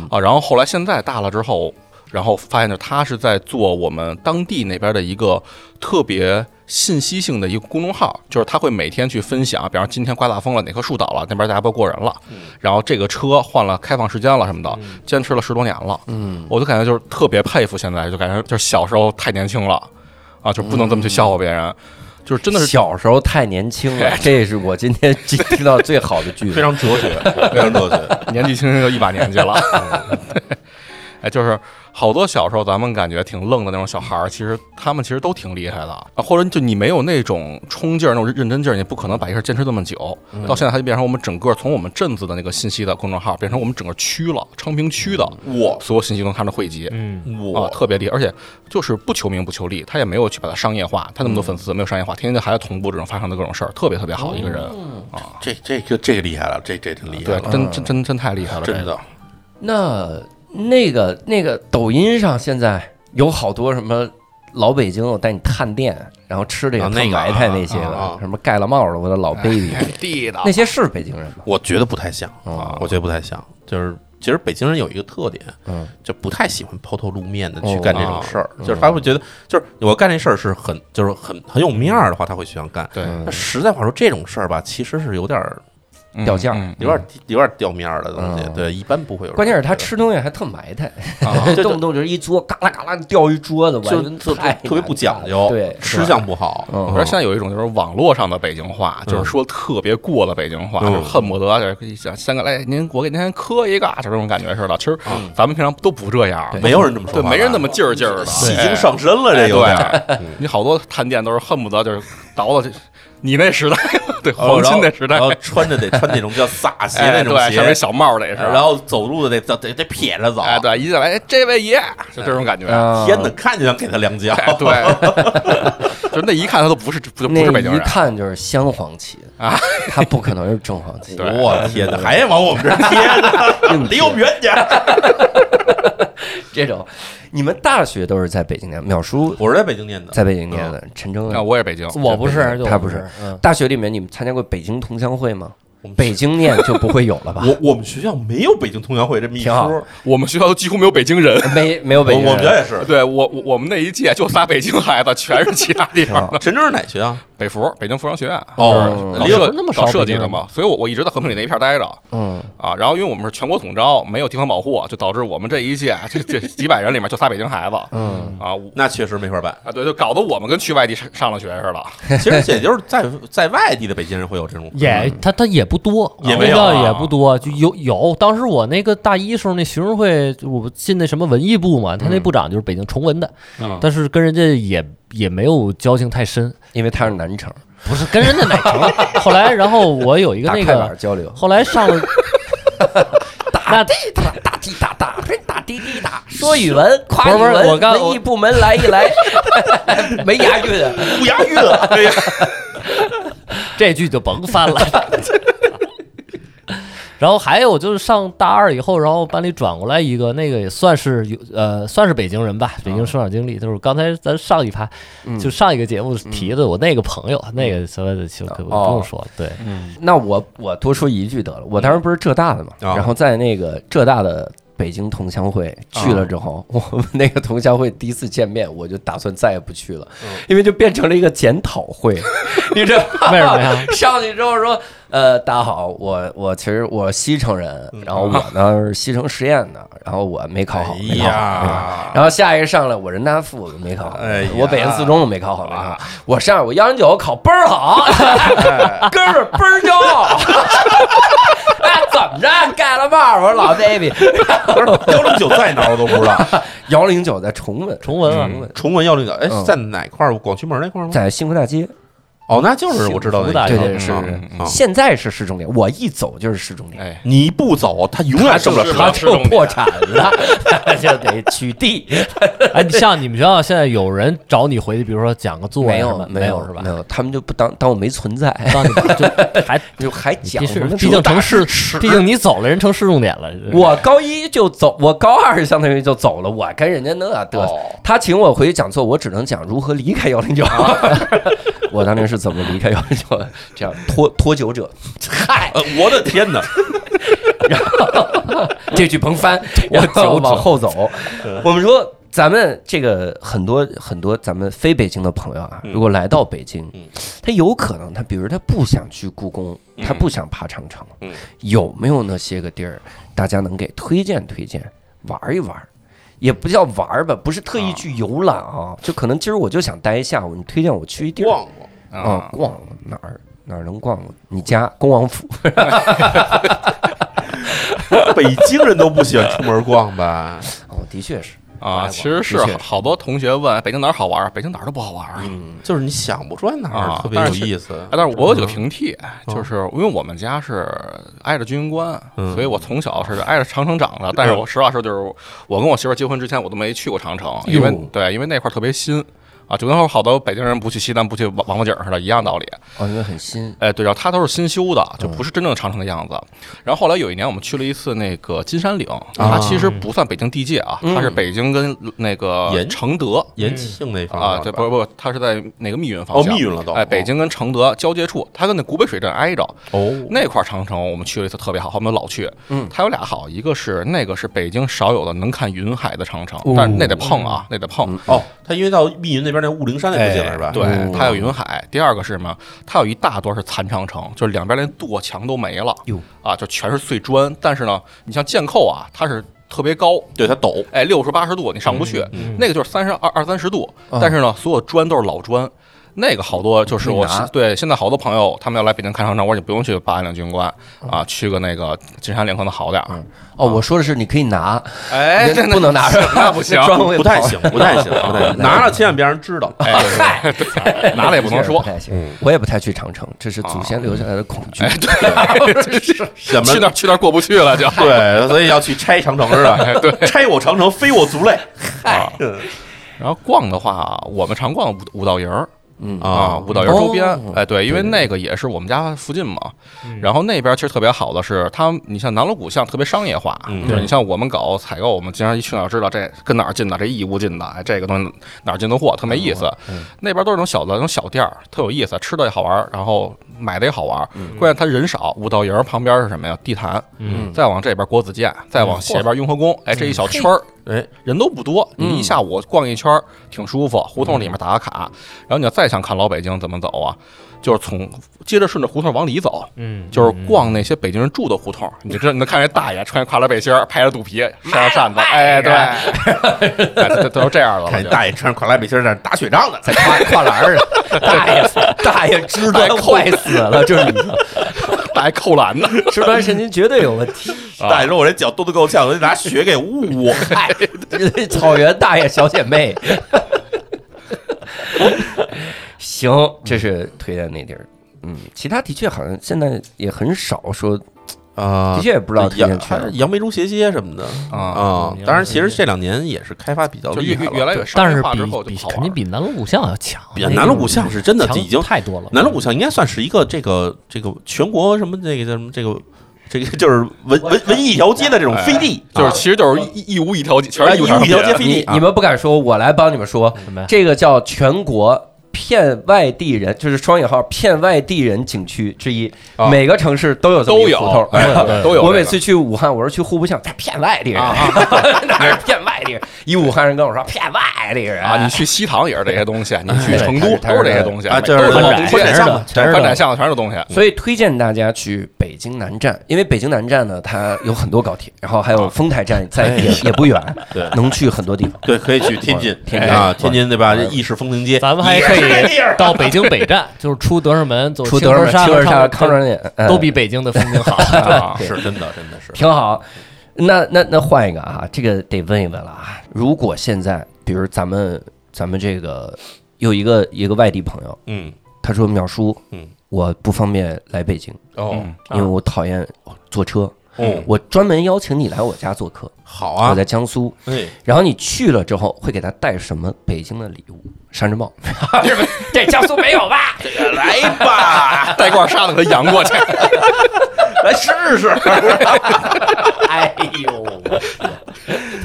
D: 啊。然后后来现在大了之后，然后发现呢，他是在做我们当地那边的一个特别。信息性的一个公众号，就是他会每天去分享，比方今天刮大风了，哪棵树倒了，那边大家不过人了，然后这个车换了开放时间了什么的，坚持了十多年了，嗯，我就感觉就是特别佩服，现在就感觉就是小时候太年轻了，啊，就不能这么去笑话别人，就是真的是
A: 小时候太年轻了，这是我今天听到最好的句
C: *laughs* 非
A: 子。
C: 常哲学，非常哲学。
D: *laughs* 年纪轻轻就一把年纪了。 *laughs* 哎，就是好多小时候咱们感觉挺愣的那种小孩儿，其实他们其实都挺厉害的啊。或者就你没有那种冲劲儿、那种认真劲儿，你不可能把一事儿坚持这么久。到现在，它就变成我们整个从我们镇子的那个信息的公众号，变成我们整个区了，昌平区的我所有信息都能看到汇集。
G: 嗯，
C: 我
D: 啊，特别厉害，而且就是不求名不求利，他也没有去把它商业化，他那么多粉丝没有商业化，天天就还在同步这种发生的各种事儿，特别特别好一个人，
C: 这这个这个厉害了，这这真厉害
D: 对，
C: 了，
D: 真真真真太厉害了，
C: 真
D: 这个
C: 的。
A: 那那个那个抖音上现在有好多什么老北京，我带你探店，然后吃这个
C: 啊
A: 烫
C: 那个
A: 埋汰那些
C: 啊啊
A: 的
C: 啊，
A: 什么盖了帽的我的老
D: 哎
A: baby，
D: 地道
A: 那些是北京人吗？
C: 我觉得不太像
D: 哦
A: 啊
C: 我觉得不太像。就是其实北京人有一个特点，
A: 嗯，
C: 就不太喜欢抛头露面的
A: 哦
C: 去干这种事儿，
D: 嗯
C: 就是他会觉得，就是我干这事儿是很，就是很很有面儿的话，他会去想干。
D: 对，
C: 但实在话说，这种事儿吧，其实是有点儿
D: 嗯
A: 掉价儿
D: 嗯
C: 有点儿有点儿掉面儿的东西
A: 嗯，
C: 对，一般不会有人。
A: 关键是他吃东西还特埋汰， *laughs*
D: 啊
A: 动不动就是一桌嘎啦嘎啦掉一桌子，
C: 就
A: 完全
C: 特
A: 太
C: 特特别不讲究，
A: 对，
C: 吃相不好，
A: 嗯
D: 我觉得现在有一种就是网络上的北京话，就是说特别过的北京话，
C: 嗯
D: 就是恨不得就是想三个来您我给您磕一个，就这种感觉似的。其实咱们平常都不这样，
C: 嗯没有人这么说
D: 对，
C: 话吧，
D: 没人那么劲儿劲儿的，
C: 喜
D: 哎
C: 经上身了，这
D: 哎
C: 有点儿。
D: 对，你好多探店都是恨不得就是倒到这，你那时代， *laughs* 对
C: 呃
D: 黄金那时代
C: 然后，然后穿着得穿那种叫撒鞋
D: 哎
C: 那种
D: 对，上
C: 鞋，
D: 面小帽儿的也是，
C: 然后走路的得得得撇着走，
D: 哎，对，一进来，哎，这位爷，就这种感觉。
A: 啊
C: 天哪，看见想给他两脚，
D: 哎，对， *laughs* 就那一看他都不是，不就不
A: 那
D: 是北京
A: 一
D: 人，
A: 看就是镶黄旗的
D: 啊，
A: *laughs* 他不可能是正黄旗。
D: 对
C: 我天哪，还往我们这儿贴呢，离我们远点儿。
A: 这种，你们大学都是在北京念，淼叔
C: 我是在北京念的，
A: 在北京念的，陈峥呢
D: 啊那我也北京，
B: 我不是，就
A: 他
B: 我
A: 不
B: 是，嗯，
A: 大学里面，你们参加过北京同乡会吗？
C: 我们学
A: 北京念就不会有了吧？
C: 我我们学校没有北京同乡会这么一
A: 挺好
C: 说，
D: 我们学校都几乎没有北京人。
A: 没没有
C: 我
A: 北京人，
C: 我们学校也
A: *laughs*
C: 是。
D: 啊对我我我们那一届就仨北京孩子，全是其他地方的。
C: 陈真是哪学啊？
D: 北服，北京服装学院，啊
C: 哦
D: 搞
B: 老
D: 设
B: 师那么少
D: 搞设
B: 北
D: 计
B: 京
D: 的
B: 人
D: 嘛，所以我我一直在和平里那一片待着
A: 嗯，
D: 啊。然后因为我们是全国统招，没有地方保护，就导致我们这一届这这几百人里面就仨北京孩子，嗯啊我
C: 那确实没
A: *laughs*
C: 法办。
D: 啊对，就搞得我们跟去外地上上了学似的。
C: 其实也就是在在外地的北京人会有这种
B: 也他他也不多，
C: 也
B: 没
C: 没有啊
B: 也不多，就有有。当时我那个大一时候那学生会，我进那什么文艺部嘛，他那部长就是北京崇文的，但是跟人家也也没有交情太深，
A: 因为他是南城，
B: 不是跟人家哪成。后来，然后我有一个
A: *laughs* 打
B: 那
A: 快板
B: 个，
A: 交流，
B: 后来上了那
A: 打打滴打打，嘿打滴滴打，说语文，夸
B: 不是
A: 语
B: 不是
A: 文，
B: 我刚
A: 文艺部门来一 *laughs* 来，没押韵啊，
C: 不押韵了。哎呀，
B: *laughs* 这句就甭翻了。然后还有就是上大二以后，然后班里转过来一个，那个也算是有呃，算是北京人吧，北京生长经历。就是刚才咱上一趴，
A: 嗯
B: 就上一个节目提的我那个朋友，那个什么的就可不
A: 哦
B: 用说了，对，
A: 那我我多说一句得了，我当时不是浙大的嘛，
B: 嗯
C: 啊
A: 然后在那个浙大的北京同乡会
B: 啊
A: 去了之后， *laughs* 我们那个同乡会第一次见面，我就打算再也不去了，
B: 嗯
A: 因为就变成了一个检讨
B: *laughs*
A: 会，你知道吗
B: 为什么呀？
A: *laughs* 上去之后说，呃，大家好，我我其实我西城人，
B: 嗯
A: 然后我呢是西城实验的，然后我没考好，
C: 哎
A: 没考好。
C: 呀，
A: 然后下一个上来，我人大附我没考好，
C: 哎呀
A: 我北京四中我没考好，没考好。我上来我幺零九考倍儿 *laughs* 好，哥们儿倍儿骄 *laughs* 傲。哎，怎么着？盖了帽儿，我说老 baby，
C: 幺零九在哪儿我都不知道。
A: *laughs* 幺零九在崇文，
D: 嗯
B: 重文啊，
C: 崇文幺零九，哎，
A: 嗯
C: 在哪块儿？广渠门那块儿吗？
A: 在幸福大街，
C: 哦，那就是我知道的
B: 幸福大
A: 对
B: 桥
C: 那
A: 对
C: 条
A: 是
C: 啊
A: 是
C: 啊，
A: 现在是市重点，我一走就是市重点，
D: 哎，
C: 你一不走，他永远挣不了
D: 他
A: 他
C: 钱。
D: 市
A: 就
D: 重点
A: 破产了， *laughs* 他就得取缔。
B: 哎，像你们学校现在有人找你回去，比如说讲个座呀
A: 没
B: 什
A: 有
B: 么，
A: 没
B: 有是吧
A: 没？有，他们就不当当我没存在，
B: 当你就还
A: *laughs* 就还讲
B: 毕
A: 什
B: 是
A: 么
B: 毕
A: 主
B: 竟
A: 打
B: 成市，毕竟你走了，人成市重点了。
A: 我高一就走，我高二相当于就走了，我跟人家那得瑟。他请我回去讲座，我只能讲如何离开幺零九。 *laughs* 我当年是怎么离开幺零九？这样脱脱臼者，嗨，
C: 呃，我的天哪！
A: 这句甭翻， *laughs* 然后往后走。我们说，咱们这个很多很多咱们非北京的朋友啊，如果来到北京
C: 嗯，
A: 他有可能他比如他不想去故宫，他不想爬长城
C: 嗯，
A: 有没有那些个地儿，大家能给推荐推荐，玩一玩？也不叫玩儿吧，不是特意去游览啊，就可能今儿我就想待一下午，你推荐我去一地儿
C: 逛逛，
A: 啊
D: 啊，，
B: 嗯
A: 逛哪儿哪儿能逛逛？你家恭王府，
C: *laughs*
A: *laughs*
C: 北京人都不喜欢出门逛吧？
A: 哦，的确是，
D: 啊，
B: 嗯
D: 其实是
A: 的确是
D: 好多同学问北京哪儿好玩儿，北京哪儿都不好玩儿啊。
C: 就是你想不出来哪儿
D: 啊
C: 特别有意思
D: 哎，但是我有几个
C: 嗯
D: 平替，哎就是因为我们家是挨着军营关，
C: 嗯
D: 所以我从小是挨着长城长的。但是我实话说，就是我跟我媳妇儿结婚之前，我都没去过长城，因为
A: 哟
D: 对，因为那块儿特别新啊，就跟好多北京人不去西单、不去王王府井似的，一样道理。
A: 哦，因为很新，
D: 哎，对，然后它都是新修的，
C: 嗯
D: 就不是真正长城的样子。然后后来有一年我们去了一次那个金山岭，
C: 啊
D: 它其实不算北京地界啊，它是北京跟那个
C: 沿
D: 承德。
C: 延庆那方
D: 啊，
C: 面
D: 对，
C: 吧
D: 不是不是，它是在那个密云
C: 哦
D: 方向，
C: 密云了都
D: 哎，北京跟承德交界处，它跟那古北水镇挨着，
C: 哦，
D: 那块儿长城我们去了一次，特别好，后面老去。
A: 嗯
D: 它有俩好，一个是那个是北京少有的能看云海的长
A: 哦
D: 城，但是那得碰
A: 嗯
D: 啊，那得碰。
C: 哦，他因为到密云那边那雾灵山那附近了是吧？
D: 对
A: 嗯，
D: 它有云海。第二个是什么？它有一大段是残长城，就是两边连垛墙都没了
A: 哟，
D: 啊，就全是碎砖。但是呢，你像箭扣啊，它是特别高，
C: 对，它陡，
D: 哎，六十八十度你上不去，那个就是三十二二三十度，但是呢，所有砖都是老砖。那个好多就是我
A: 可以拿
D: 对现在好多朋友他们要来北京看长城，我说你不用去八达岭军官啊，去个那个金山岭可能好点儿。
A: 哦，我说的是你可以拿，
D: 哎，
A: 那不能拿出来，
D: 那不行，
A: 专门为
C: 不太行，不太行，不太
A: 啊
C: 行，拿了千万别让人知道。
D: 哎，对对拿了也不能说
A: 不。太行。我也不太去长城，这是祖先留下来的恐
D: 哎
A: 惧。
C: 怎么
D: 去那儿去那儿过不去了就。
C: 对，所以要去拆长城是吧？ *laughs* 对，拆我长城，非我族类。嗨，
D: 然后逛的话，我们常逛五五道营儿
A: 嗯
D: 啊，
C: 啊，
D: 五道营周边
A: 哦，
D: 哎，对，因为那个也是我们家附近嘛。然后那边其实特别好的是，他们你像南锣鼓巷特别商业化，
C: 嗯
D: 就是你像我们搞采购，我们经常一去哪儿知道这跟哪儿进的，这义乌进的，哎，这个东西哪儿进的货，特没意思。那边都是那种小的那种小店儿，特有意思，吃的也好玩儿，然后买的也好玩儿。关键它人少，五道营儿旁边是什么呀？地坛，
B: 嗯
D: 再往这边国子监，再往斜边雍和宫，哎，这一小圈儿，
C: 哎，
D: 人都不多，你一下午逛一圈儿挺舒服，胡同里面打个卡，然后你要再想看老北京怎么走啊，就是从接着顺着胡同往里走，
B: 嗯，
D: 就是逛那些北京人住的胡同，你就知道你能看见大爷穿跨栏背心儿，拍着肚皮，扇着扇子，哎，对，哎都都都这样了，
C: 看大爷哎穿着垮拉背心儿在那儿打雪仗呢。
A: 在跨跨栏儿啊，大爷 *laughs* 大爷肢端坏死了，这是
D: 大爷扣篮呢，
C: 啊
A: *laughs* 肢端神经绝对有问题。
C: 大爷说：“我这脚冻得够呛，我得拿雪给捂
A: *laughs*
C: 捂。
A: 嗨，草原大爷小姐妹。行，
D: 嗯
A: 这是推荐那地儿。嗯，其他的确好像现在也很少说，”
C: 啊
A: 的确也不知道推
C: 杨
A: 荐去
C: 还
A: 哪
C: 是
A: 儿。
C: 杨梅竹斜街什么的啊
D: 啊
C: 当然，其实这两年也是开发比较
D: 就越
C: 厉害了，
D: 越越来越商
B: *laughs* 但
D: 业
B: 是
D: 化
B: 比
D: 之后就
B: 比
D: 不好
B: 肯定
D: 玩。
B: 比南锣鼓巷要强。
C: 比
B: 那个
C: 南锣鼓巷是真的
B: 强
C: 已经
B: 太多了。
C: 南锣鼓巷应该算是一个这个这个全国什么这个叫什么这个这个就是文文文艺一条街的这种飞地，
D: 就是其实就是一一无一条街，全
C: 啊
D: 是
C: 一
D: 无
C: 条街飞
A: 你
D: 啊
C: 地，
A: 你们不敢说，我来帮你们说
B: 嗯什么呀，
A: 这个叫全国骗外地人，就是双引号骗外地人景区之一，
D: 啊
A: 每个城市都有这么
D: 都
A: 一
D: 有
A: 胡同。
D: 哎
A: *laughs*
D: 都有这个。啊
A: 我每次去武汉，我说去户部巷，他骗外地人， *laughs* 哪是骗外地人？ *laughs* 一武汉人跟我说骗外地人
D: 啊，你去西塘也是这些东西，你去
B: 对
D: 成
A: 它是它是
D: 都都是这些东西
C: 啊，
D: 每
C: 就
D: 都
C: 是
D: 是老
B: 展
D: 东
B: 示
D: 西
C: 宽窄巷嘛，
B: 全是
D: 宽窄巷子全是东西。
A: 所以推荐大家去北京南站，因为北京南站呢，它有很多高铁，然后还
B: 啊
A: 有丰台站
B: 哎
A: 在也也不
B: *laughs*
A: 远，
C: 对
A: 能去很多地方。
C: 对，可以去天津
A: 天津
C: 啊，
A: 哎
C: 天津对吧？这意式风情街，
B: 咱们还可以到北京北站，就是出德胜门，走
A: 出
B: 青
A: 德尔
B: 河
A: 曼、
B: 山
A: 青
B: 和
A: 尔山、
B: 上
A: 康庄园嗯
B: 都比北京的风景好。
C: *laughs*
D: 啊
C: 是真的，真的是
A: 挺好。那那那换一个啊，这个得问一问了啊。如果现在，比如咱们咱们这个有一个一个外地朋友，
C: 嗯
A: 他他说淼叔，
C: 嗯，
A: 我不方便来北京，
C: 哦，
D: 嗯
B: 啊
A: 因为我讨厌坐车。
B: 嗯
C: 哦，
A: 我专门邀请你来我家做客，
C: 好
A: 我
C: 啊，
A: 在江苏。
C: 哎，
A: 然后你去了之后，会给他带什么北京的礼物？山珍豹， *laughs* 这江苏没有
B: *laughs*
A: 吧？
C: 来吧，
D: *laughs* 带罐沙子给他扬过去，
C: 来试试。
A: 哎呦，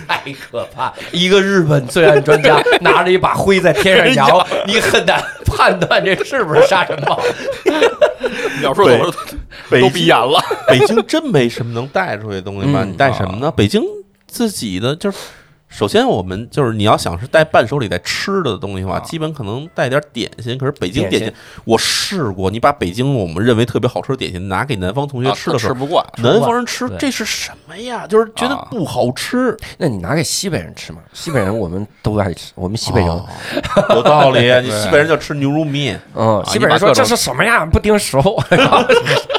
A: 太可怕！一个日本罪案专
B: *laughs*
A: 家拿着一把灰在天上摇，
B: 哎
A: 你很难判断这是不是杀人豹。
D: 要说我
C: 北
D: 都
C: 京
D: 闭眼了，
C: *laughs* 北京真没什么能带出去的东西吧？
A: 嗯
C: 你带什么呢？北京自己的就是，首先我们就是你要想是带伴手礼带吃的东西的话，基本可能带点点心。可是北京
A: 点
C: 点
A: 心
C: 心，我试过，你把北京我们认为特别好吃的点心拿给南方同学
D: 啊
C: 吃的时
D: 吃
C: 候，
D: 不惯。
C: 南方人吃
B: 对
C: 这是什么呀？就是觉得
D: 啊
C: 不好吃。
A: 那你拿给西北人吃嘛？西北人我们都爱吃，我们西北人，
C: 哦有道理，你西北人就吃牛肉面。
A: 嗯，西北人说
D: 你把各
A: 这
D: 种
A: 是什么呀？不盯熟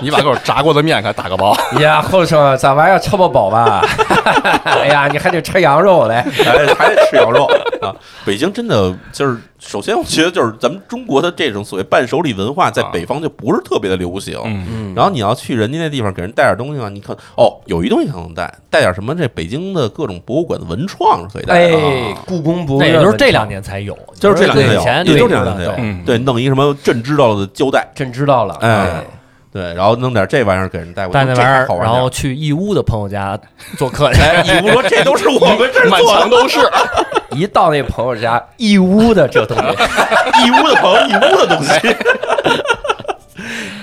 D: 你把各种炸过的面给他打个包，
A: 呀，后生咋玩意儿吃不饱吧？ *laughs* 哎呀，你还得吃羊肉嘞。
C: 还还得吃羊肉啊！北京真的就是，首先我觉得就是咱们中国的这种所谓伴手礼文化，在
D: 啊
C: 北方就不是特别的流行。
D: 嗯，
C: 然后你要去人家那地方给人带点东西啊，你看哦，有一东西可能带，带点什么？这北京的各种博物馆的文创是可以带
A: 哎
C: 的，，
A: 故宫博物
B: 那
A: 院
B: 也就是这
A: 文
B: 两
A: 创，
B: 年才有，
C: 就是这两
B: 以
C: 天有，
B: 前
C: 也就是
B: 对
C: 这两天才有。
D: 嗯
C: 对，弄一个什么朕知道的胶带，
A: 真知道了。
C: 哎，对，然后弄点这玩意儿给人带过去，
B: 带那玩意
C: 这还
B: 儿
C: 好，玩
B: 然
C: 点
B: 后。去义乌的朋友家做客去。
C: 哎，你不说这都是我们这儿
D: *laughs* 满
C: 做的
D: 墙都是。
A: 一到那朋友家，一屋的这东
B: *laughs*
A: 西。
C: *laughs* 义乌的朋友，义乌的东西。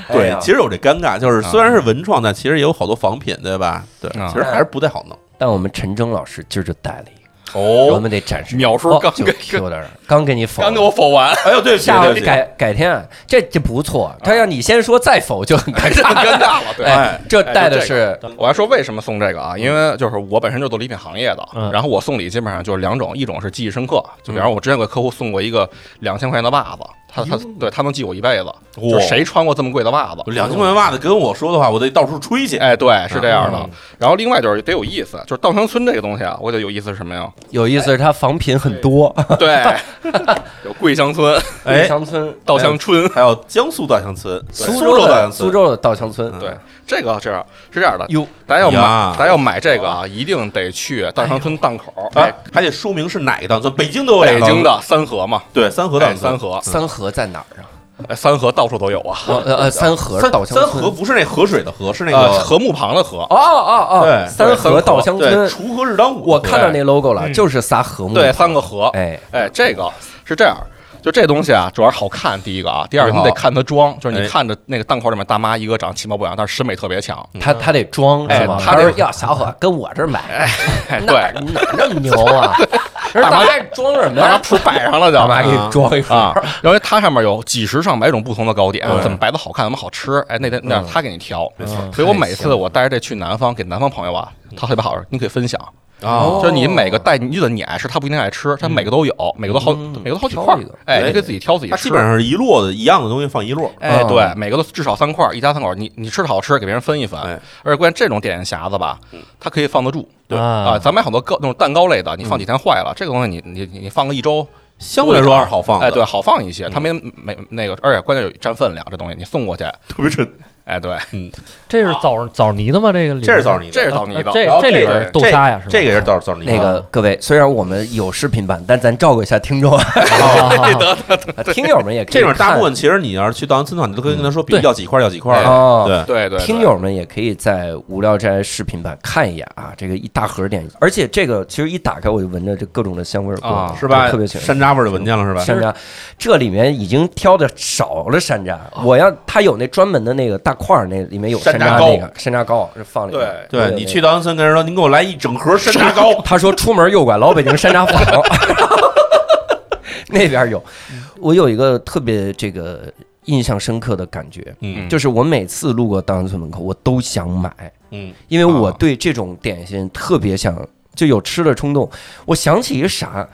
A: 哎
C: 对
A: 呀，
C: 其实有这尴尬，就是虽然是文创，但其实也有好多仿品，对吧？对，
D: 啊
C: 其实还是不太好弄。
A: 但我们陈征老师今儿就带了一个，我
D: 哦，
A: 们得展示。
D: 秒叔刚
A: 就
D: 给
A: Q 的，刚给你否，
D: 刚给我否 *laughs* 完，
C: 哎呦，对不起，
A: 下
C: 对
A: 回
C: 不起，
A: 改改天啊，这这不错。他要你先说再否就很尴
D: 这很
A: 尬。
D: 尴尬 *laughs* 了。对，
A: 哎，这带的是
D: 我还说为什么送这个啊？因为就是我本身就做礼品行业的，然后我送礼基本上就是两种，一种是记忆深刻，就比方说我之前给客户送过一个两千块钱的袜子，他他对他能记我一辈子，就
C: 哇
D: 是谁穿过这么贵的袜子？
C: 两千块钱袜子跟我说的话，我得到处吹去。
D: 哎，对，是这样的。然后另外就是得有意思，就是稻香村这个东西啊，我觉得有意思是什么呀？
A: 有
C: 哎
A: 意思，是他仿品很多。
D: *laughs* 对，有桂香村、
A: *laughs*
C: 哎，
A: 乡村，
D: 稻香村，
C: 还有江苏稻香村、
A: 苏
C: 州稻
A: 的
C: 香
A: 苏
C: 村，嗯
A: 州的稻香村，
D: 对，这个是是这样的，
A: 哟，
D: 大家要买，
C: 呀
D: 大家要买这个啊，一定得去稻香村档口，
C: 啊
D: 哎，，
C: 还得说明是哪个稻香村。北京都有
D: 北
C: 两个
D: 京的三河嘛，
C: 对三河稻
D: 对，
C: 香
D: 三
C: 村，
D: 河，
A: 三河在哪儿啊？
D: 哎三河到处都有啊，
A: 哦呃呃，三河稻香
C: 三
A: 村
C: 河。不是那河水的河，是那
D: 呃，
C: 个
D: 禾木旁的禾，
A: 哦哦哦，
C: 对
A: 三河稻香
C: 啊对嗯
A: 村，
C: 锄禾日当午。
A: 我看到那 logo 了，就是仨和睦。
D: 对，三个禾，
A: 哎，
D: 哎，这个是这样。就这东西啊，主要是好看。第一个啊，第二个
C: 嗯
D: 你得看它装，就是你
C: 哎
D: 看着那个档口里面大妈一个长其貌不扬，但是审美特别强。
C: 嗯
A: 他他得装
D: 哎
A: 是吧？
D: 他
A: 说
D: 得
A: 要小伙跟我这儿买，
D: 哎，
A: 哪
D: *laughs* 对
A: 儿，哪儿那么牛啊？人家大妈装
C: 啊
A: 什么
D: 大妈
A: 呀？
D: 谱摆上了就，
A: 大妈给你装一份
D: *laughs* 啊，因为它上面有几十上百种不同的糕点，怎么摆的好看，怎么好吃，哎，那天那样他给你挑，没错。所以我每次我带着这去南方，给南方朋友啊，他特别好吃，你可以分享，
C: 啊，
D: 就是你每个带你的你爱吃，他不一定爱吃，他每个都有，每个都好，每个都好几
A: 挑
D: 块
A: 一个，
D: 哎，
C: 对
D: 你可以自己挑自己
C: 它
D: 吃
C: 基。本上是一摞的一样的东西放一摞。
D: 哎，
A: 嗯
D: 对，每个都至少三块，一家三口，你你吃的好吃，给别人分一分
C: 哎。
D: 而且关键这种点心匣子吧，它可以放得住。
C: 对
D: 啊，
B: 啊，
D: 咱买好多糕那种蛋糕类的，你放几天坏了，这个东西你你你你放个一周，
C: 相对来说还是好放的，
D: 哎，对，，好放一些，它没没那个，而且关键有占分量，这东西你送过去，
C: 特别是
D: 哎，对，
B: *laughs* 这是枣枣泥的吗？这个里
C: 这是
B: 边
C: 枣泥的，
D: 这是枣泥的，
B: 啊这
C: 然后
B: 这里
C: 这
B: 边
C: 个
B: 儿豆沙呀是吧
C: 这个也是枣枣泥的。
A: 那个各位，虽然我们有视频版，但咱照顾一下听众，啊
B: 啊
A: 听友们也可以
C: 这种大部
A: 看
C: 分其实你要是去稻香村的话，你都可以跟他说，比如
B: 对
C: 要几块儿要几块儿了。
A: 哦，
C: 对，
D: 对对，对
A: 听友们也可以在无聊斋视频版看一眼啊，这个一大盒点，而且这个其实一打开我就闻着这各种的香味儿过来
D: 啊
C: 是吧？
A: 特别喜欢。
C: 山楂味儿的闻见了是吧？
A: 山楂，这里面已经挑的少了山楂。我要它有那专门的那个大块儿，那里面有山
C: 山楂
A: 楂
C: 糕
A: 那个山楂糕是放里面。
D: 对
C: 对你去稻香村跟人说，您给我来一整盒山楂
A: *laughs* 哦，
C: 糕。
A: 他说出门右拐老北京山楂 *laughs* 坊，那边有。我有一个特别这个印象深刻的感觉，
C: 嗯
A: 就是我每次路过稻香村门口，我都想买，
C: 嗯，
A: 因为我对这种点心特别想，就有吃的冲动。我想起一个啥，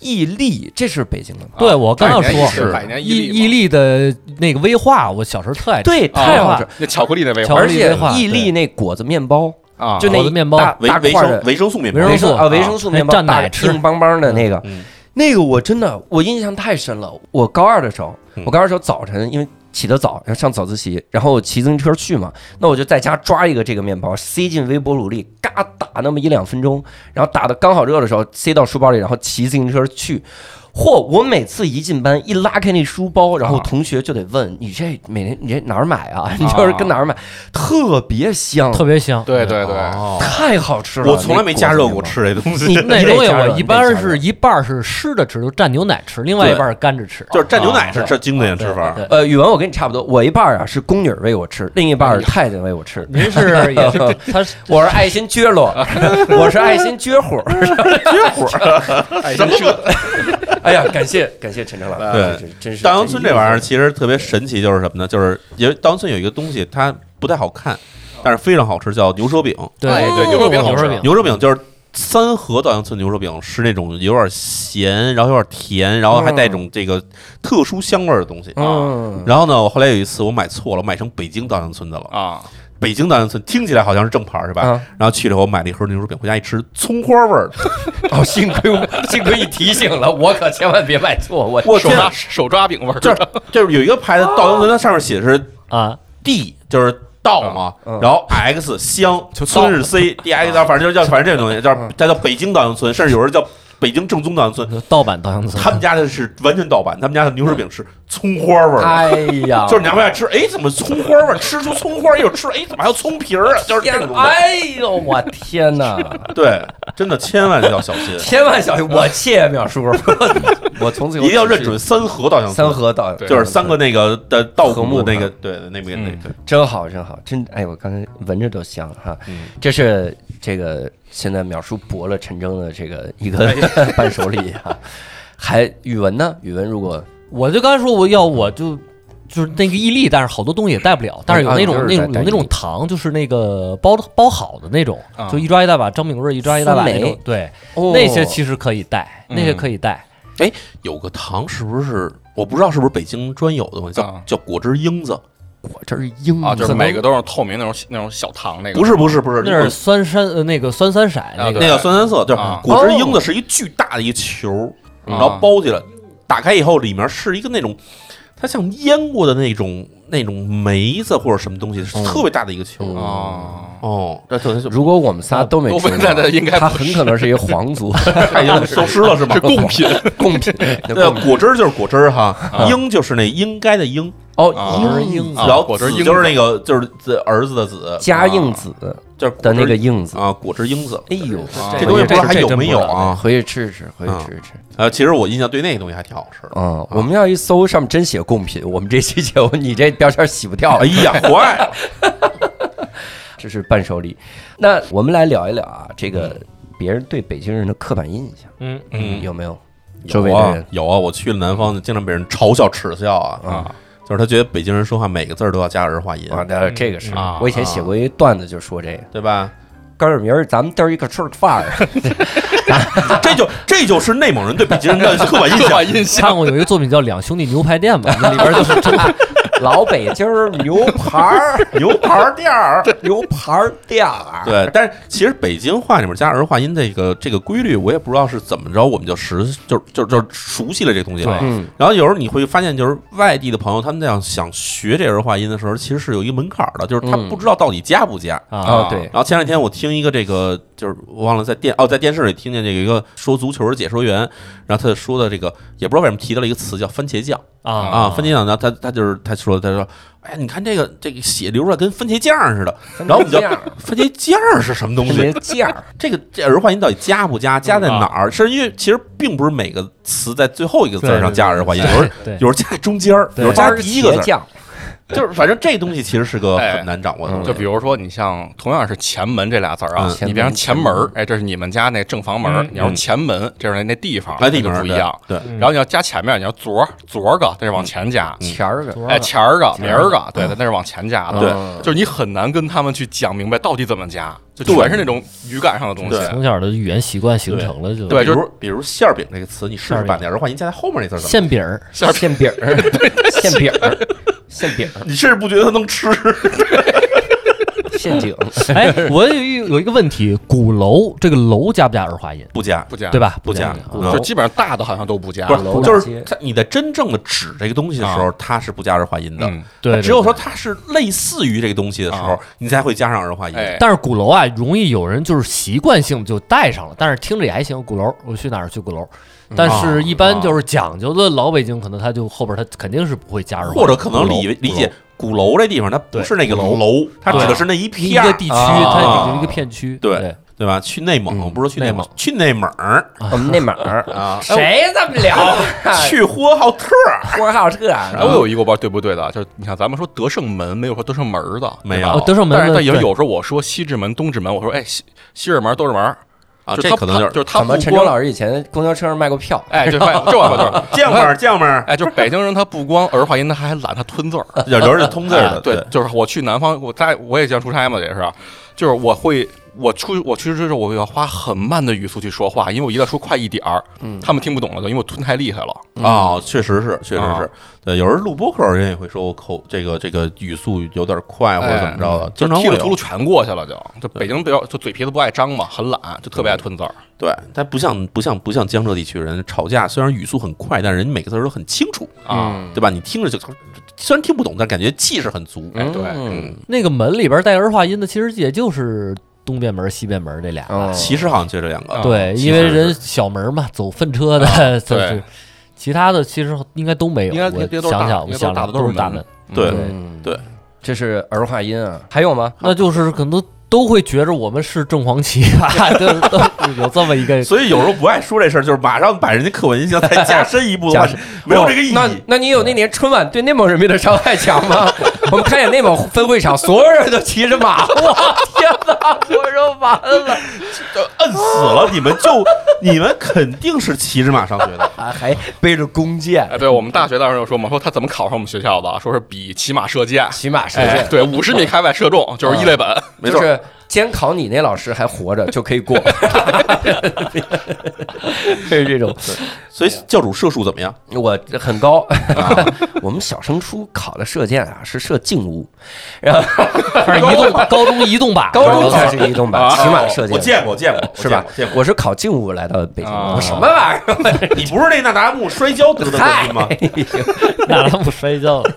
A: 意利，这是北京的吗？
B: *laughs* 对我刚要
D: 百年一
B: 说
D: 哎是百年
B: 伊
D: 一
B: 伊
D: 粒
B: 利的那个威化，我小时候特爱吃，
A: 对，
D: 嘛，
A: 太好
D: 啊
A: 吃。
D: 那巧克力那味
B: 巧
D: 儿
B: 克
A: 而
B: 力
A: 且
B: 威化
A: 意利
B: 对
A: 那果子面包，
D: 啊，
A: 就那
B: 果子面包
A: 大
C: 维
A: 大
C: 维
A: 块儿
C: 生
A: 的
C: 维生素面包
B: 维生素
A: 啊，维生素面包，
B: 蘸奶
A: 大
B: 吃
A: 硬邦邦的那个
C: 嗯，
A: 那个我真的我印象太深了。我高二的时候，
C: 嗯
A: 我高二的时候早晨，因为起得早，要上早自习，然后我骑自行车去嘛，那我就在家抓一个这个面包，塞进微波炉里，嘎打那么一两分钟，然后打的刚好热的时候，塞到书包里，然后骑自行车去。嚯！我每次一进班，一拉开那书包，
C: 啊
A: 然后同学就得问你这每天你这哪儿买啊？你这是跟哪儿买？特别香，
B: 特别香。
D: 对对对，
C: 哦
A: 太好吃了！
C: 我从来没加热过
A: 吃。
C: 吃这东西，
A: 你
B: 嗯那东西我
A: 我
B: 一般是一半儿是湿着吃，就蘸牛奶吃；另外一半儿是干着吃。
C: *laughs* 就是蘸牛奶是这经典吃法。
B: 对
A: 呃，语文我跟你差不多，我一半儿啊是宫女儿喂我吃，另一半
C: 哎
A: 儿是太监喂我吃。
B: 您
A: *laughs*
B: 是也是他是
A: 我是爱心撅罗，
C: 啊
A: 我是爱心撅火，
C: *laughs*
A: 撅火。
D: 什么
A: 哎呀，感谢感谢陈长老，
C: 对
A: 真是真是
C: 大杨村这玩意儿其实特别神奇，就是什么呢？就是因为大杨村有一个东西，它不太好看，但是非常好吃，叫牛舌饼。
B: 对
D: 哎
A: 哦
D: 对牛肉饼好吃
B: 饼，
C: 牛肉饼就是三河稻香村牛肉饼，是那种有点咸，然后有点甜，然后还带一种这个特殊香味儿的东西。
A: 嗯，
C: 然后呢，我后来有一次我买错了，我买成北京稻香村的了。
D: 啊？
C: 北京稻香村听起来好像是正牌儿是吧？
A: 啊
C: 然后去了以后买了一盒牛肉饼，回家一吃，葱花味儿的。
A: 哦，幸亏我幸亏你提醒了，我可千万别买错，
C: *laughs*
A: 我
C: 我
D: 手
C: 天
D: 抓
C: 啊，
D: 手抓饼味儿，
C: 就是就是有一个牌子稻香村，它上面写的是
B: 啊，
C: D 就是稻嘛，
A: 嗯啊
C: 然后 X 乡，村是 C D X 稻，反正就是叫反正这种东西，叫
A: 嗯
C: 它叫北京稻香村，甚至有人叫北京正宗稻香村。
B: 盗版稻香村。
C: 他们家的是完全盗版，他们家的牛舌饼是葱花味儿的。
A: 哎呀，
C: 就是你要不要吃？哎，怎么葱花味儿？吃出葱花儿，一会儿吃，哎，怎么还有葱皮儿啊？就是这
A: 天
C: 种东西。
A: 哎呦，我天哪！
C: 对，真的千万要小心，
A: 千万小心，我谢谢淼叔， *laughs* 我从此以
C: 一
A: 后
C: 定要认准三河稻香村
A: 三，河道，
D: 对
C: 就是三个那个的稻
A: 和
C: 谷
A: 睦嗯
C: 的那
A: 哈
C: 个，对，那个那个。
A: 真好，真好，真哎，我刚才闻着都香哈。这是这个现在秒叔博了陈征的这个一个 *laughs* 伴手礼哈。还语文呢？语文如果
B: 我就刚才说我要我就。就是那个伊利，但是好多东西也带不了。但是有那种、
A: 啊
B: 那
A: 就是带
B: 种有那
A: 带伊
B: 种
A: 利
B: 糖，就是那个包包好的那种，
D: 啊
B: 就一抓一大把，张饼瑞一抓一大把
A: 酸
B: 那
A: 梅
B: 种。对，
A: 哦
B: 那些其实可以带，那些可以带。
C: 哎，有个糖是不是？我不知道是不是北京专有的东西，叫
D: 啊
C: 叫果汁樱子？
A: 我这是英
D: 啊，就
A: 可
D: 是
A: 能
D: 每个都是透明那种那种小糖那个，
C: 不是不是不是，
B: 那是酸山呃那个酸酸色那个
D: 对
C: 那叫酸酸涩，就是
D: 啊嗯
C: 果汁
A: 哦
C: 樱子是一巨大的一个球，然后包起来，打开以后里面是一个那种，它像腌过的那种那种梅子或者什么东西，
D: 哦
C: 是特别大的一个球。
D: 啊，
C: 哦，这特别
A: 呃如果我们仨都没
D: 都
A: 吃
D: 问在那
A: 呢，
D: 应该
A: 他很可能是一个皇族
C: 太已经消失了是吗
D: *laughs* 是？贡品，
A: *laughs* 贡品。
C: *laughs* 对，果汁就是果汁儿哈，樱就是那应该的应，
A: 哦，
D: 啊
A: 英
D: 啊
C: 然后
D: 果汁
C: 子
D: 樱子
C: 就是那个就是子儿子的子，
A: 嘉应子的
C: 就是果汁
A: 那个应子。
C: 啊，果汁樱子。
A: 哎呦，
C: 这东西不知道还有没有
A: 啊？
C: 啊？
A: 回去吃吃，回去吃吃。
C: 呃，其实我印象对那个东西还挺好吃的。
A: 嗯，我们要一搜上面真写贡品，我们这期节目你这标签洗不掉
D: 哦
C: *laughs* 哎。呀，坏了！
A: 这是伴手礼。那我们来聊一聊啊，这个别人对北京人的刻板印象，
B: 嗯，
C: 嗯
A: 有没有？周围
C: 有
A: 的
C: 啊
A: 人，
C: 有啊，我去了南方，经常被人嘲笑耻笑啊
D: 啊，
C: 就是他觉得北京人说话每个字儿都要加儿化音，
A: 啊，那这个是
D: 啊
A: 我以前写过一段子，就说这个
C: 对吧？
A: 哥们儿明儿咱们嘚儿一个吃个饭
C: *laughs*
A: 儿，
C: 这就这就是内蒙人对北京人的刻
A: *laughs*
C: 板印
D: 刻
C: 象。
D: 板
B: *laughs*
D: 印象
B: 看过有一个作品叫《两兄弟牛排店》吧，那里边就是真的
A: 老北京儿牛排儿，
C: 牛排店儿，
A: 牛排儿店儿，
C: 对，但是其实北京话里面加儿化音这个这个规律，我也不知道是怎么着，我们就识就就就熟悉了这东西了。
A: 嗯，
C: 然后有时候你会发现，就是外地的朋友，他们在想想学这儿化音的时候，其实是有一个门槛儿的，就是他
A: 嗯
C: 不知道到底加不加。
B: 啊，
A: 哦对，
C: 然后前两天我听一个这个，就是我忘了在电哦，在电视里听见这个一个说足球的解说员，然后他说的这个也不知道为什么提到了一个词叫番茄酱
B: 啊
C: 啊，番茄酱，然后他他就是他说他说，哎呀，你看这个这个血流出来跟番茄酱似的，然后我们就
A: 番茄酱
C: 番茄酱是什么东
A: 别
C: 西？
A: 酱儿，
C: 这个这儿化音到底加不加？加在哪
D: 嗯啊
C: 儿？是因为其实并不是每个词在最后一个字上加儿化音，有时候
B: 对
C: 有时候加在中间儿，有时候加第一个字
A: 番茄
C: 儿，
A: 酱，
C: 就是反正这东西其实是个很难掌握的东西。
D: 哎嗯就比如说，你像同样是前门这俩字儿啊
C: 嗯，
D: 你别让前门儿，哎，这是你们家那正房门儿，你要是前门，这是那那地方，
C: 哎，地名
D: 那
C: 儿
D: 就不一样。
C: 对，
D: 然后你要加前面，你要昨儿昨儿个，那是往前加，
C: 嗯
A: 前儿个，
D: 哎，前儿个明儿个，对，那是往前加的。
C: 对
A: 嗯
D: 就是你很难跟他们去讲明白到底怎么加，就
C: 对
D: 全是那种语感上的东西。
C: 对
B: 从小的语言习惯形成了就
D: 对
C: 比
D: 就是
C: 如比如馅儿饼这个词，你试试把那儿化音加在后面那字儿怎么样？
B: 馅饼儿，
A: 馅饼
C: *laughs*
A: 儿，馅饼儿，馅饼儿，
C: 你甚至不觉得它能吃，
A: 陷
C: *laughs*
A: 阱。
B: 哎，我有一有一个问题，鼓楼这个楼加不加儿化音？
C: 不加，
D: 不加
B: 对？吧？
C: 不加，
B: 不
C: 嗯
D: 就基本上大的好像都不加，
C: 不
A: 楼
C: 是，就
A: 大街
C: 是它你在真正的指这个东西的时候，它是不加儿化音的。
D: 嗯，
B: 对，对
C: 只有
B: 对
C: 说它是类似于这个东西的时候
D: 啊，
C: 你才会加上儿化音。
D: 哎，
B: 但是鼓楼啊，容易有人就是习惯性就带上了，但是听着也还行。鼓楼，我去哪儿去鼓楼？
C: 嗯
B: 但
C: 啊
B: 是，一般就是讲究的老北京，可能他就后边他肯定是不会加入，
C: 或者可能理
B: 鼓楼
C: 理解鼓楼这地方，它不是那个楼，它指的是那一
B: 一
C: 片
B: 个
C: 儿
B: 地区，
A: 啊
B: 它有一个片区。
C: 对
B: 对，
C: 对吧？去内蒙
A: 嗯
C: 不是去内蒙
B: 内，
C: 去内蒙儿
A: 我们那门儿，
C: 啊，哎
A: 谁这么聊 *laughs* 啊？
C: 去呼和浩特儿
A: 呼和浩特啊，
D: 哎，我有一个我不知道对不对的，就是你看咱们说德胜门，没有说德胜门儿的，
C: 没
D: 对
C: 有
D: 吧
B: 哦，德胜门
D: 但是
B: 的
D: 但也
B: 对
D: 有时候我说西直门、东直门，我说哎西西直门、东直门儿，
C: 啊，
D: 就
C: 这
D: 他
C: 可能就
D: 他
C: 是
D: 就是他
A: 怎
D: 不
A: 么陈州
D: 光
A: 老师以前公交车上卖过票？
D: 哎，就就就完了，就是
C: 酱们儿酱们儿，
D: 哎，就是北京人他不光儿化音，他还懒，他吞字儿。
C: 有留着通字儿的，
D: 哎对，就是我去南方，我在我也经常出差嘛，也是，啊就是我会。我出我去之后，我要花很慢的语速去说话，因为我一旦说快一点儿，他们听不懂了，就因为我吞太厉害了。
A: 嗯
C: 啊，确实是，确实是
A: 哦
D: 啊。
C: 对，有人录播客，人也会说我口这个这个语速有点快
A: 哎
C: 或者怎么着
A: 嗯
C: 的，经常
D: 踢
C: 会
D: 了秃噜
C: 有。
D: 全过去了就，就北京比较就嘴皮子不爱张嘛，很懒，就特别爱吞字儿。
C: 对，但不像不像不像江浙地区人吵架，虽然语速很快，但是人家每个字儿都很清楚
A: 嗯
D: 啊，
C: 对吧？你听着就虽然听不懂，但感觉气势很足。
D: 哎对
A: 嗯
B: 那个门里边带儿化音的，其实也就是东便门、西便门这俩。
A: 嗯，
C: 其实好像就这两个，
D: 啊
B: 对，
C: 啊其
B: 因为
C: 实是啊
B: 人小门嘛，走粪车的， *laughs* 就
D: 对
B: 是其他的其实应该都没有。
D: 应该应该
B: 我
D: 都是大
B: 想想，我
D: 应该都是
B: 想
D: 大
B: 想
D: 的都是
B: 是大
D: 门
B: 门，
C: 对
B: 对
A: 嗯
C: 对，
A: 这是儿化音啊。还有吗？
B: 那就是可能都会觉着我们是正黄旗吧，就都有这么一
C: *laughs*
B: 个
C: 所以有时候不爱说这事儿，就是马上把人家刻板印象再加深一步的
A: *laughs* 加
C: 话
A: 深，
C: 没有这个意
A: 那
C: 义。
A: 那你有那年春晚对内蒙人民的伤害强吗？我们开演内蒙分会场，所有人都骑着马，我天哪！我说完了，
C: 摁死了，你们就 *laughs* 你们肯定是骑着马上学的。
A: 还还背着弓箭
D: 哎，对我们大学当时就说嘛，说他怎么考上我们学校的，说是比骑马射箭，
A: 骑马射
D: 哎
A: 箭，，嗯
D: 对，五十米开外射中就是一类本，
C: 没
A: 就
C: 错
A: 是监考你那老师还活着就可以过， *laughs* 就是这种。
C: 所以教主射术怎么样？
A: 我很高， *laughs* 我们小升初考的射箭啊是射静物，然后
B: 反正移动高中移动吧，
A: 高
B: *laughs*
A: 中才是移动版，
D: 啊
A: 骑马射箭
C: 哦我见过，见过，我
A: 是吧
C: 见过见？过。
A: 我是考静物来到北京的，
D: 啊
A: 我什么玩意儿？
C: *laughs* 你不是那纳达慕摔跤得的冠军吗？
B: 哪能不摔跤了？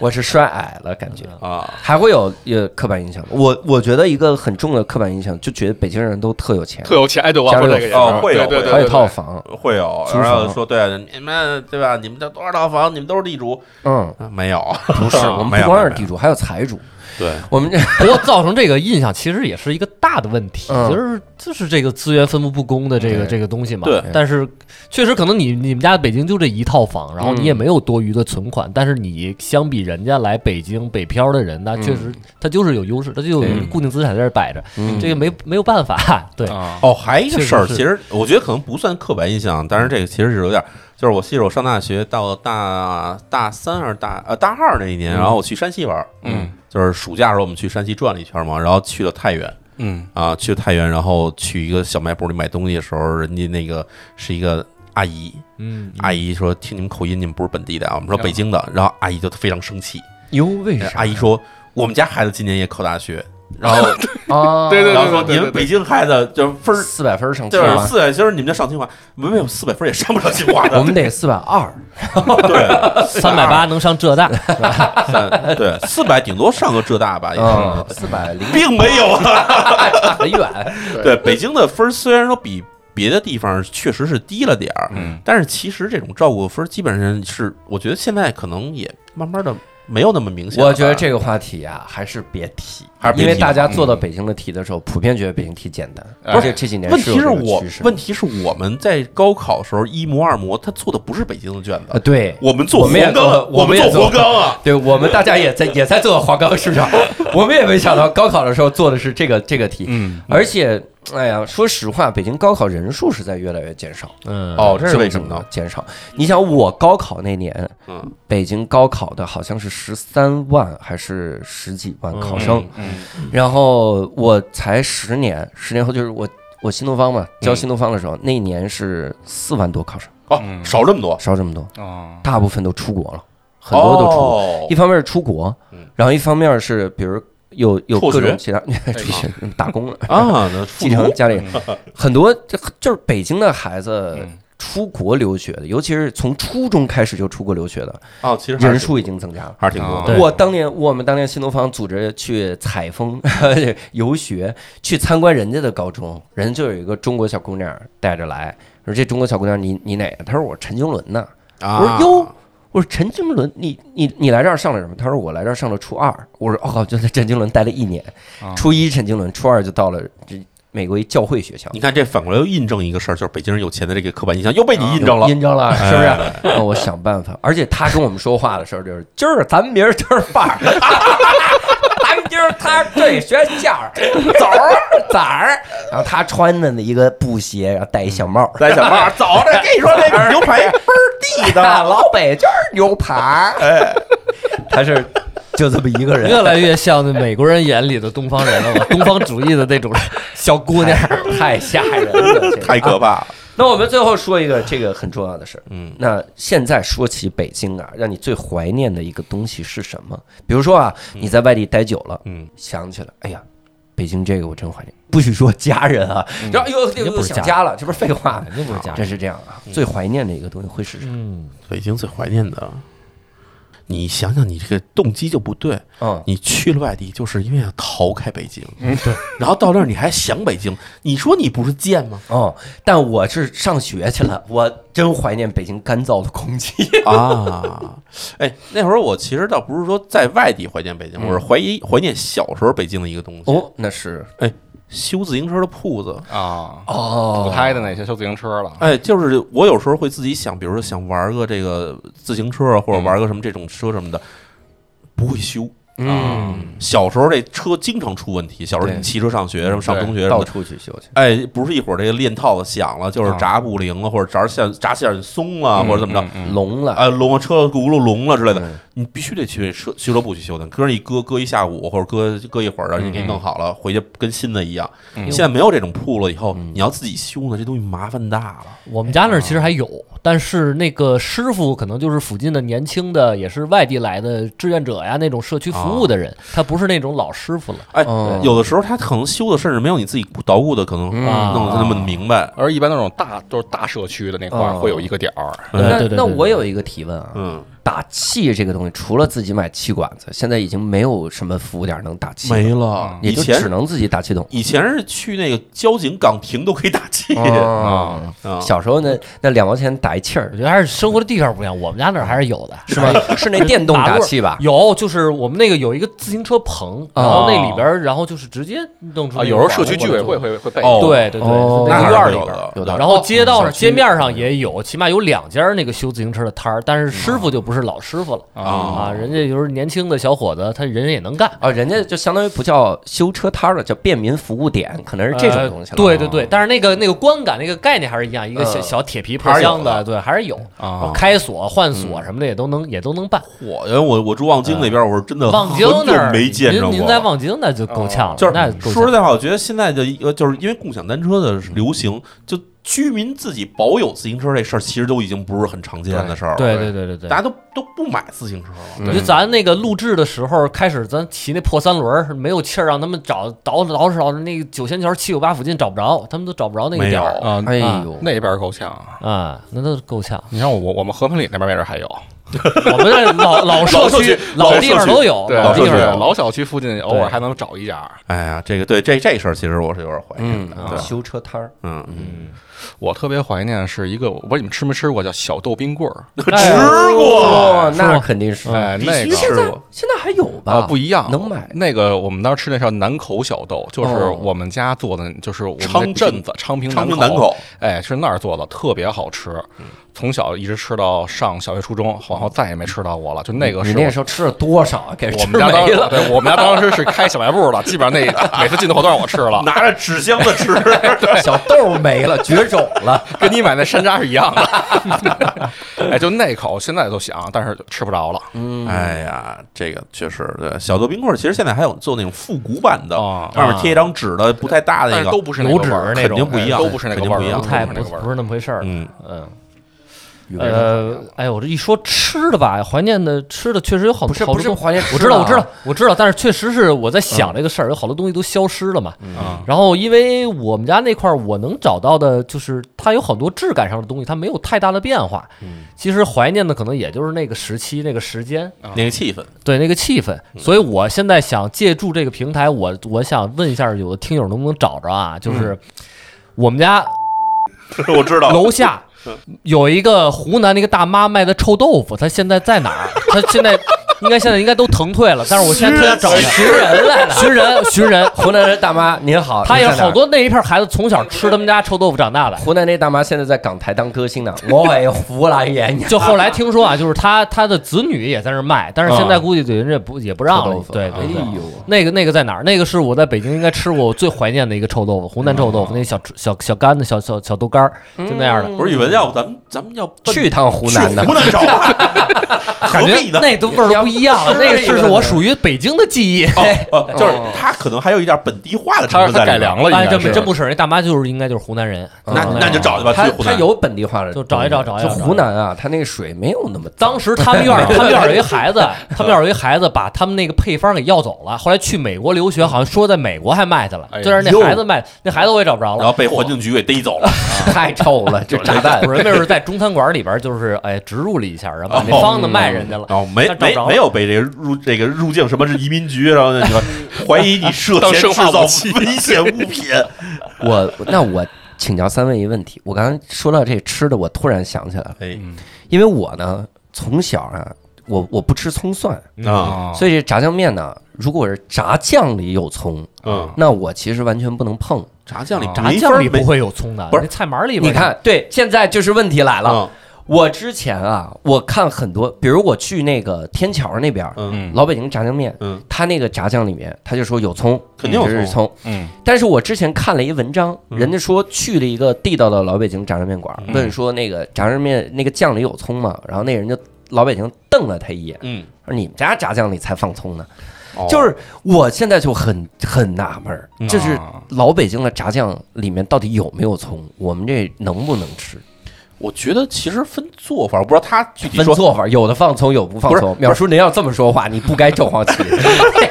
A: 我是摔矮了，感觉
C: 啊，
A: 还会有有刻板印象吗。我我觉得一个很重的刻板印象，就觉得北京人都特有钱，
D: 特有钱。哎，对，我
A: 家
D: 要
A: 里有
D: 说这个也是，
C: 哦会有
D: 对对对，
A: 还有
D: 对
A: 套，房，
C: 会有。
A: 租
C: 然后
A: 房
C: 说，对啊你们对吧？你们这多少套房？你们都是地主？ *laughs*
A: 嗯，
C: 啊没有，
A: 不
C: *laughs*
A: 是，
C: 啊
A: 我
C: 没
A: 们
C: 有
A: 不光是
C: 没有
A: 地主，还有财主，
C: 对，
A: 我们这
B: 不过造成这个印象，其实也是一个大的问题，
A: 嗯
B: 就是就是这个资源分布不公的这个
A: 对
B: 这个东西嘛。
C: 对
B: 但是确实可能你你们家北京就这一套房，然后你也没有多余的存款，但是你相比人家来北京北漂的人，那确实他就是有优势，他就有
A: 对
B: 固定资产在这儿摆着，这个没没有办法。对，
D: 啊，
C: 哦，还有一个事儿，
B: 确实是
C: 其实我觉得可能不算刻板印象，但是这个其实是有点儿，就是我记得我上大学到大大三还是大呃大二那一年，然后我去山西玩儿，
D: 嗯，
C: 就是暑假的时候我们去山西转了一圈嘛，然后去了太原
D: 嗯
C: 啊，去了太原，然后去一个小卖部里买东西的时候，人家那个是一个阿姨，
B: 嗯，
C: 阿姨说听你们口音，你们不是本地的啊，我们说北京的，然后阿姨就非常生气，
B: 哟，为啥？
C: 哎阿姨说我们家孩子今年也考大学，然后
A: 啊，
D: *laughs* 对对
C: 然后说
D: 对
C: 你
D: 对
C: 们北
D: 对对，
C: 京孩子就分儿
A: 四百分上去
C: 就是
A: 了，
C: 四百，就是你们这上清华，没有四百分也上不了清华
A: *laughs*
C: 的。
A: 我们得四百二，
C: 对
B: 三百八能上浙大，
C: *laughs* 三对四百顶多上个浙大吧，也是，
A: 嗯，四百零
C: *laughs* 并没有啊。
A: 差很远，
C: 对，北京的分儿虽然说比别的地方确实是低了点儿，
D: 嗯，
C: 但是其实这种照顾分儿基本上是，我觉得现在可能也慢慢的没有那么明显了吧。
A: 我觉得这个话题啊，还是别提，
C: 还是别
A: 因
C: 提
A: 为大家做到北京的题的时候，普遍觉得北京题简单。
D: 哎
A: 而且这几年
C: 问题
A: 是
C: 是
A: 有这个
C: 我
A: 趋势
C: 问题是我们在高考时候一模二模，他做的不是北京的卷
A: 啊，
C: 子，
A: 对，
C: 我们做
A: 我
C: 黄
A: 们也做
C: 冈，
A: 我们也
C: 做
A: 做
C: 黄冈啊。
A: 对我们大家也在也在做黄冈市场，我们也没想到高考的时候做的是这个这个题，
D: 嗯，
A: 而且哎呀，说实话，北京高考人数是在越来越减少。
B: 嗯，
C: 哦，这是为什么呢？？
A: 减少。你想，我高考那年，
C: 嗯，
A: 北京高考的好像是十三万还是十几万考生，
D: 嗯
A: 然后我才十年，十年后就是我我新东方嘛，
C: 嗯
A: 教新东方的时候，那一年是四万多考生，
C: 哦，
D: 嗯
C: 少这么多，
A: 少这么多，
D: 哦，
A: 大部分都出国了，很多都出国，
C: 哦
A: 一方面是出国
C: 嗯，
A: 然后一方面是比如有有
C: 辍
A: 各
C: 学
A: 种其他打工
C: *laughs*
A: 了，
C: 啊，
A: *laughs*
C: 那复
A: 继承
C: 读嗯
A: 家里很多，这就是北京的孩子
D: 嗯
A: 出国留学的，尤其是从初中开始就出国留学的
C: 哦，其实还是
A: 人数已经增加了。
C: 还是挺多
D: 对
C: 的。
A: 我当年，我们当年新东方组织去采风 *laughs* 游学，去参观人家的高中，人家就有一个中国小姑娘带着来，说这中国小姑娘你你哪个？她说我陈经纶呢。
C: 啊
A: 我说哟，我说陈经纶，你你你来这儿上了什么？他说我来这儿上了初二。我说哦，靠就在陈经纶待了一年，初一陈经纶，初二就到了这美国一教会学校。
C: 你看这反过来又印证一个事儿，就是北京人有钱的这个刻板印象又被
A: 啊
C: 你印证了。
A: 印证了，是不是？让我想办法。而且他跟我们说话的时候，就是今儿咱明儿今儿范儿， *laughs* 咱们今儿他这学校儿走儿咋儿？然后他穿的那一个布鞋，然后戴一小帽儿，
C: 来，小 *laughs* 妹，早着跟你说这牛 *laughs* 排倍儿地道。
A: 老北京儿牛排儿， *laughs* 他是就这么一个人
B: 越。来越像那美国人眼里的东方人了吧？东方主义的那种小姑娘，
A: 哎太吓人了，这个
C: 太可怕了！
A: 那我们最后说一个这个很重要的事儿，
C: 嗯，
A: 那现在说起北京啊，让你最怀念的一个东西是什么？比如说啊，
B: 嗯
A: 你在外地待久了，
C: 嗯，
A: 想起了，哎呀，北京这个我真怀念。不许说家人啊，然后又又
B: 嗯定
A: 又
B: 不是
A: 想
B: 家
A: 家了，这不是废话吗？
B: *laughs* 肯定不是家
A: 真
B: 人。
A: 是这样啊，最怀念的一个东西会是什么？
B: 嗯，
C: 北京最怀念的，你想想，你这个动机就不对。
A: 嗯，
C: 你去了外地，就是因为要逃开北京，嗯，对。然后到那儿你还想北京，你说你不是贱 *laughs* 吗？
A: 哦，但我是上学去了，我真怀念北京干燥的空
B: *laughs*
A: 气。
C: 啊，哎，那会儿我其实倒不是说在外地怀念北京，我是怀疑怀念小时候北京的一个东西，
A: 哦，那是
C: 修自行车的铺子。
D: 啊，
A: 哦
D: 土胎的那些修自行车了，
C: 哎，就是我有时候会自己想，比如说想玩个这个自行车啊，或者
D: 嗯
C: 玩个什么这种车什么的，不会修。啊
A: 嗯，
C: 小时候这车经常出问题，小时候
A: 对
C: 你骑车上学什么上中学什么
A: 到
C: 的，
A: 处去修去。
C: 哎，不是一会儿这个链套子响了，就是
D: 啊嗯
C: 闸不灵了，或者闸线闸线松了，或者怎么着，
B: 嗯
D: 着？
A: 聋了，
C: 啊，龙车轱辘聋了之类的
A: 嗯，
C: 你必须得去车修车部去修的，搁那一搁搁一下午或者搁搁一会儿，然后你给
D: 嗯嗯
C: 弄好了，回去跟新的一样。
D: 嗯
C: 现在没有这种铺了，以后你要自己修呢，这东西麻烦大了。
B: 我们家那儿其实还有，但是那个师傅可能就是附近的年轻的，也是外地来的志愿者呀，那种社区服务的人，他不是那种老师傅了。
C: 哎
A: 哦，
C: 有的时候他可能修的甚至没有你自己捣鼓的可能
A: 嗯
B: 啊
C: 弄得那么明白。
D: 而一般那种大就是大社区的那块儿
A: 哦
D: 会有一个点儿，
B: 对
A: 那
B: 对对
A: 那
B: 对
A: 我有一个提问啊，
C: 嗯，
A: 打气这个东西，除了自己买气管子，现在已经没有什么服务点能打气了，
C: 没了。
A: 也
C: 以
A: 就只
C: 前
A: 能自己打气
C: *laughs*
A: 筒。
C: 以前是去那个交警岗亭都可以打气
A: 哦，
C: 啊，
A: 小时候那那两毛钱打一气儿
B: 我觉得还是生活的地方不一样，我们家那儿还是有的，
A: 是吧？ *laughs* 是那电动打气
B: *laughs*
A: 吧？
B: 有，就是我们那个有一个自行车棚，然后那里边儿，然后就是直接弄出
D: 啊，
B: 那
D: 有
B: 种
D: 时候社区
B: 网
D: 居
B: 络
D: 委
B: 的
D: 会
B: 作用。
D: 会会备。
C: 哦
B: 对对对，
A: 哦
B: 那
C: 那
B: 个
C: 还
B: 院儿
C: 是
B: 里
C: 有
B: 边儿。
C: 的。
A: 有的。
B: 然后街道
A: 小
B: 上、
A: 区
B: 街面上也有，起码有两家儿那个修自行车的摊儿，但是师傅就不是老师傅了
C: 啊
B: 啊，人家就是年轻的小伙子，他人也能干。
A: 啊，人家就相当于不叫修车摊儿了，叫便民服务点，可能是这种东西了。哦
B: 呃对对对，但是那个那个观感、那个概念还是一样，一个小
A: 嗯
B: 小铁皮破箱
C: 还是有哦
B: 子，对，还是有。
D: 啊
B: 开锁、换锁什么的也都能也都能办。
C: 我因为我我住望京那边，我是真的
B: 望
C: 很
B: 京
C: 久
B: 那
C: *laughs*
B: 儿
C: 哦没见着
B: 您
C: 过。哦
B: 您在望京那就够呛了，
C: 就是
B: 那够
C: 说实
B: 呛。
C: 在话，我觉得现在的一个就是因为共享单车的流行，就居民自己保有自行车这事儿，其实都已经不是很常见的事儿了。
B: 对对对对对
C: 大。家都都不买自行车了。
B: 我觉得咱那个录制的时候，开始咱骑那破三轮儿，没有气儿，让他们找倒倒找那个九仙桥七九八附近找不着，他们都找不着那个点
C: 没
B: 儿
C: 有
D: 啊，
A: 哎
B: 啊
A: 呦，
D: 那边儿够呛。。
B: 啊，那都够呛
D: 你看我我我们和平里那边没准还有，
B: 我们这 *laughs* 老老社区、老地方都有，
D: 对，
B: 老
D: 老
B: 地
D: 社区
B: 方都有。
D: 老小区附近偶尔还能找一家。
C: 哎呀，这个对这这事儿，其实我是有点怀念
A: 嗯
C: 的。，
A: 啊
C: 对，
A: 修车摊儿，
C: 嗯，
D: 我特别怀念是一个，我不知道你们吃没吃过叫小豆冰棍儿，
C: 吃过，
A: 哦，那肯定是。
D: 哎，
C: 必
D: 那
C: 须
D: 个
C: 吃过。
A: 现在还有吧？
D: 啊不一样，
A: 能买
D: 那个我们当时吃那叫南口小豆，就是
A: 哦
D: 我们家做的，就是我们
C: 昌
D: 那
C: 平
D: 镇子昌平
C: 昌平
D: 南
C: 南口，
D: 哎，是那儿做的，特别好吃。从小一直吃到上小学、初中，往后再也没吃到过了。就那个
A: 你
D: 是
A: 那时候吃了多少啊？给
D: 我
A: 吃
D: 们家当
A: 没
D: 时，
A: 了。
D: 对，我们家当时是开小卖部的，基本上那每次进的活都让我吃了，
C: 拿着纸箱子
D: *laughs*
C: 吃，
A: 小豆儿没了，绝种了。
D: 跟你买那山楂是一样的。 *laughs* 哎，就那口现在都想，但是吃不着了。
C: 哎呀，这个确实对。小豆冰棍儿其实现在还有做那种复古版的，
D: 哦
C: 上面贴一张纸的，不太大的那
D: 但是
C: 个
D: 都。不是那个味
B: 油
D: 儿
B: 纸
C: 肯定不一样，嗯
D: 哎都不是那个
C: 肯定不一
D: 味儿
C: 样
B: 不。太
D: 不
B: 不
D: 是那个味儿
B: 不是那么回事儿了。
C: 嗯
B: 嗯，
A: 与为人怀念
B: 呃
A: 了？，
B: 哎呦，我这一说吃的吧，哎怀念的吃的确实有好
A: 不是
B: 好
A: 不
B: 多
A: 是
B: 东西。
A: 怀念，啊
B: 我知道，我知道，，我知道，但是确实是我在想这个事儿，有好多东西都消失了嘛。
A: 嗯
C: 啊，
B: 然后，因为我们家那块儿，我能找到的就是它有很多质感上的东西，它没有太大的变化。
A: 嗯
B: 其实怀念的可能也就是那个时期、那个时间，
D: 啊
C: 那个气氛， *laughs*
B: 对那个气氛。
A: 嗯
B: 所以我现在想借助这个平台，我我想问一下，有的听友能不能找着啊？
A: 嗯
B: 就是我们家
C: 我知道
A: *laughs*
B: 楼下有一个湖南的一个大妈卖的臭豆腐，她现在在
A: *laughs*
B: 哪儿？她现在应该现在应该都腾退了，但是我现在特想找她。
A: 寻人来了，啊 *laughs* 寻人，寻人，湖南人大妈您好，
B: 她
A: 您
B: 有
A: 在哪儿
B: 好。多那一片孩子从小吃他们家臭豆腐长大的。
A: 湖南那大妈现在在港台当歌星呢，我也服了人家。
B: 就后来听说啊，就是她她的子女也在那儿卖，但是现在估计人家也不也不让
A: 啊臭
B: 了
A: 豆。腐
B: 对
A: 哎
B: 对对。
A: 呦，
B: 那个那个在哪儿？那个是我在北京应该吃过我最怀念的一个臭豆腐，湖南臭豆
A: 嗯
B: 腐，那小小小干的小小小豆干儿，就那样的。
C: 不是宇文，要不咱们咱们要奔
A: 去趟湖
C: 去
A: 南的
C: 湖，南找
D: *laughs*
C: 他，
B: 感
C: 何
B: 觉
C: 必呢？
B: 那都味儿都不一样
A: 要
B: 了，
A: 吃
B: 那个
A: 一个
B: *laughs* 是啊我属于北京的记忆。哎
C: 哦，呃就是他可能还有一点本地化的成
D: 他
C: 分在
D: 他
C: 里
D: 改
C: 面
D: 良，了，
B: 哎，
D: 应该
B: 真
D: 是
B: 真不是，那大妈就是应该就是湖南人，
C: 那
B: 嗯
C: 那就找去吧，
A: 他
C: 去湖
A: 他
C: 南。
A: 有本地化的，
B: 就找一找找一找
A: 就湖南啊，他那个水没有那么脏。
B: 当时他们院儿，他们院儿有一孩子，他们院儿有一孩子把他们那个配方给要走了，后来去美国留学，好像说在美国还卖去了
D: 哎，呀
B: 就是那孩子卖，那孩子我也找不着
C: 然后
B: 了。
C: 被环境局给逮走了，
A: 太臭了，这炸弹
B: 不是，那是在中餐馆里边，就是哎植入了一下，然后把那方子卖人家了。
C: 然后哦没
B: 那找
C: 没
B: 着了
C: 没有被这个入这个入境什么是移民局，然后那什么怀疑你涉
D: 当
C: 嫌制
D: 生化
C: 造
D: 武器
C: 危险物品，
A: 我那我请教三位一个问题，我刚才说到这吃的，我突然想起来了，
C: 哎
A: 因为我呢从小啊，我我不吃葱蒜，
C: 啊
B: 哦
D: 啊，
A: 所以这炸酱面呢，如果是炸酱里有
B: 哦
A: 葱，
C: 嗯，
A: 那我其实完全不能碰。
C: 炸酱里
D: 啊
B: 炸
C: 没
B: 酱
C: 法
B: 里
C: 没
B: 不会有葱的，
C: 不是
B: 那菜码里边。
A: 你看，对，现在就是问题来了。
C: 嗯
A: 我之前啊，我看很多，比如我去那个天桥那边，
C: 嗯
D: 嗯
A: 老北京炸酱面，
C: 嗯，
A: 他那个炸酱里面他就说有葱，
C: 肯定有
A: 就是
C: 葱
A: 葱。
D: 嗯
A: 但是我之前看了一文章，
C: 嗯
A: 人家说去了一个地道的老北京炸酱面馆，
C: 嗯
A: 问说那个炸酱面那个酱里有葱吗？然后那人就老北京瞪了他一眼，
C: 嗯，
A: 说你们家炸酱里才放葱呢。
C: 哦
A: 就是我现在就很很纳闷儿，
C: 嗯
A: 就是老北京的炸酱里面到底有没有葱？我们这能不能吃？
C: 我觉得其实分做法，我不知道他具体
A: 分
C: 说
A: 做法，有的放葱，有不放
C: 不是
A: 葱。淼叔，您要这么说话，你不该正黄
C: *laughs*
A: 旗。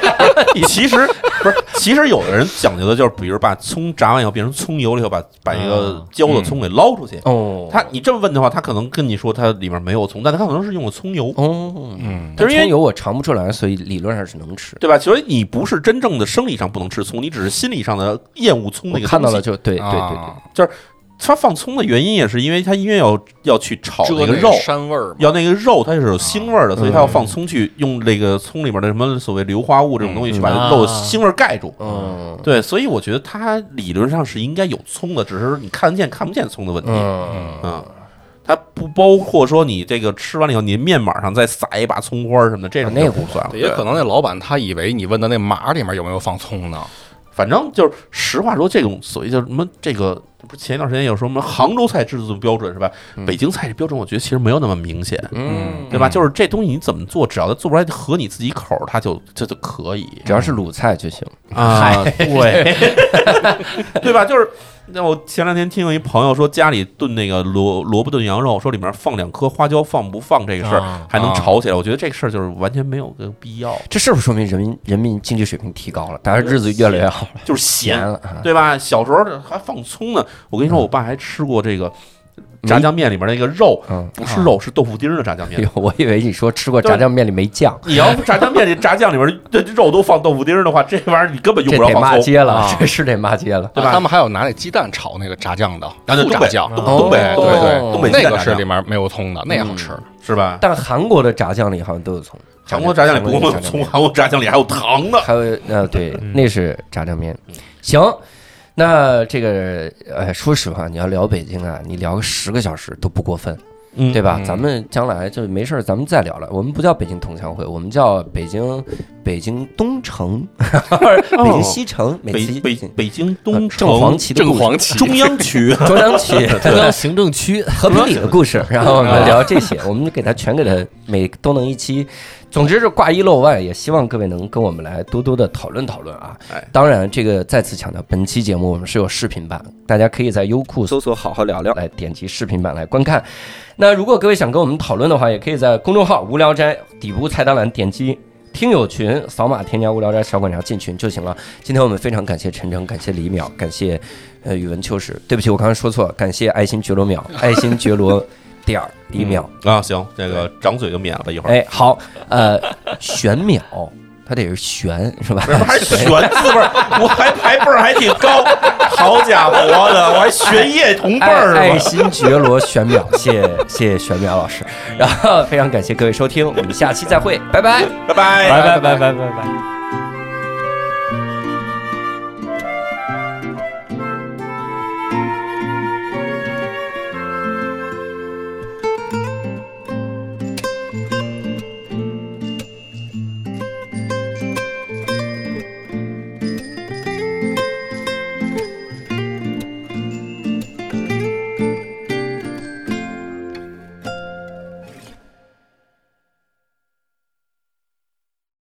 C: *laughs* 其实不是，其实有的人讲究的就是，比如把葱炸完以后变成葱油了以后，把把一个焦的葱给捞出去。
A: 哦，
C: 他你这么问的话，他可能跟你说它里面没有葱，但他可能是用了葱油，
A: 哦，
D: 嗯，
C: 就是因
A: 葱
C: 为
A: 油我尝不出来，所以理论上是能吃。
C: 对吧？所以你不是真正的生理上不能吃葱，你只是心理上的厌恶葱
A: 我
C: 那个
A: 看到了
C: 东西
A: 就对对对对。
D: 啊
C: 他放葱的原因也是因为他因为要要去炒
D: 遮
C: 那个
D: 哦那
C: 肉，
D: 膻味儿嘛，
C: 要那个肉它是有腥味儿
A: 啊
C: 的，所以
A: 嗯
C: 他要放葱去用这个葱里面的什么所谓硫化物这种东西去把
B: 嗯
C: 肉
B: 啊
C: 腥味儿盖住。
A: 嗯
C: 对，所以我觉得它理论上是应该有葱的，只是你看得见看不见葱的问题。
A: 嗯，
C: 嗯，它不包括说你这个吃完了以后，你面码上再撒一把葱花儿什么的，这种
A: 啊那
C: 就
A: 不
C: 不算了。
D: 也可能那老板他以为你问的那码里面有没有放葱呢？
C: 反正就是实话说，这种所谓叫什么这个。不是前一段时间有说什么杭州菜制作标准是吧？北京菜这标准，我觉得其实没有那么明显，
A: 嗯，
C: 对吧？
D: 嗯
C: 就是这东西你怎么做，只要它做出来合你自己口儿，它就这就可以
A: 只要是鲁菜就行。
C: 啊。对， *laughs* 对吧？就是那我前两天听有一朋友说，家里炖那个萝萝卜炖羊肉，说里面放两颗花椒，放不放这个事儿、
B: 啊
C: 还能吵起来。我觉得这个事儿就是完全没有个必要，
A: 这是不是说明人民人民经济水平提高了，大家日子越来越好了？
C: 就是
A: 闲
C: 咸，
A: 了 *laughs* 啊，
C: 对吧？小时候还放葱呢。我跟你说，我爸还吃过这个炸酱面里面那个肉，
A: 嗯，
C: 不是肉，是豆腐丁儿的炸酱
A: 哎
C: 面
A: 呦。， *laughs* 我以为你说吃过炸酱面里没酱，
C: 你要炸酱面这炸酱里面这肉都放豆腐丁儿的话，这玩意儿你根本用
A: 这
C: 不着
A: 得骂
C: 放葱。啊
A: 街了， *laughs* 啊这是得骂街了。
C: 对吧
D: 啊他们还有拿那鸡蛋炒那个炸酱的，
C: 啊对
D: 副
C: 东
D: 炸
C: 北
D: 酱，
C: 东东北
D: 对
C: 东北
D: 对
A: 哦
C: 东北鸡
D: 那
C: 蛋
D: 个
C: 炸
D: 是
C: 酱
D: 里面没有葱的，那也好吃。
C: 是吧？
A: 但韩国的炸酱里好像都有葱，
C: 韩国炸酱里不光
A: 嗯
C: 有
A: 韩国
C: 葱，
A: 的炸酱面
C: 韩国炸酱里还有糖呢。
A: 还有呃对，
C: 嗯
A: 那是炸酱面。行，那这个呃，说实话，你要聊北京啊，你聊个十个小时都不过分。
C: 嗯
A: 对吧？
D: 嗯
A: 咱们将来就没事儿，咱们再聊了。我们不叫北京同乡会，我们叫北京北京东城， *laughs* 北京西城，
C: 北哦北
A: 京
C: 北京东
A: 正黄
C: 城
A: 旗的
D: 正
A: 故事，
D: 黄旗，
C: 中央区
A: *laughs* 中央区
B: 中央行政区，
A: 和平里的故事，然后我们聊这些， *laughs* 我们给它全给它每都能一期。总之是挂一漏万，也希望各位能跟我们来多多的讨论讨论啊
C: 哎。
A: 当然，这个再次强调，本期节目我们是有视频版，大家可以在优酷搜索“好好聊聊”来点击视频版来观看。那如果各位想跟我们讨论的话，也可以在公众号“无聊斋”底部菜单栏点击。听友群扫码添加无聊斋小馆长进群就行了。今天我们非常感谢陈诚，感谢李淼，感谢呃语文秋实。对不起，我刚才说错，感谢爱新觉罗淼，爱新觉罗点儿李淼。
C: 啊，行，这个掌嘴就免了吧，一会儿。
A: 哎，好，呃，玄淼，他得是玄是吧？
C: *laughs* 还悬字辈儿，我还排辈儿还挺高，好家伙的，我还学业同辈
A: 爱
C: 儿
A: 爱
C: 呢。
A: 新觉罗玄淼，谢谢谢谢玄淼老师，然后非常感谢各位收听，我们下期再会，拜拜。
C: 拜拜。
E: 拜拜拜拜拜拜。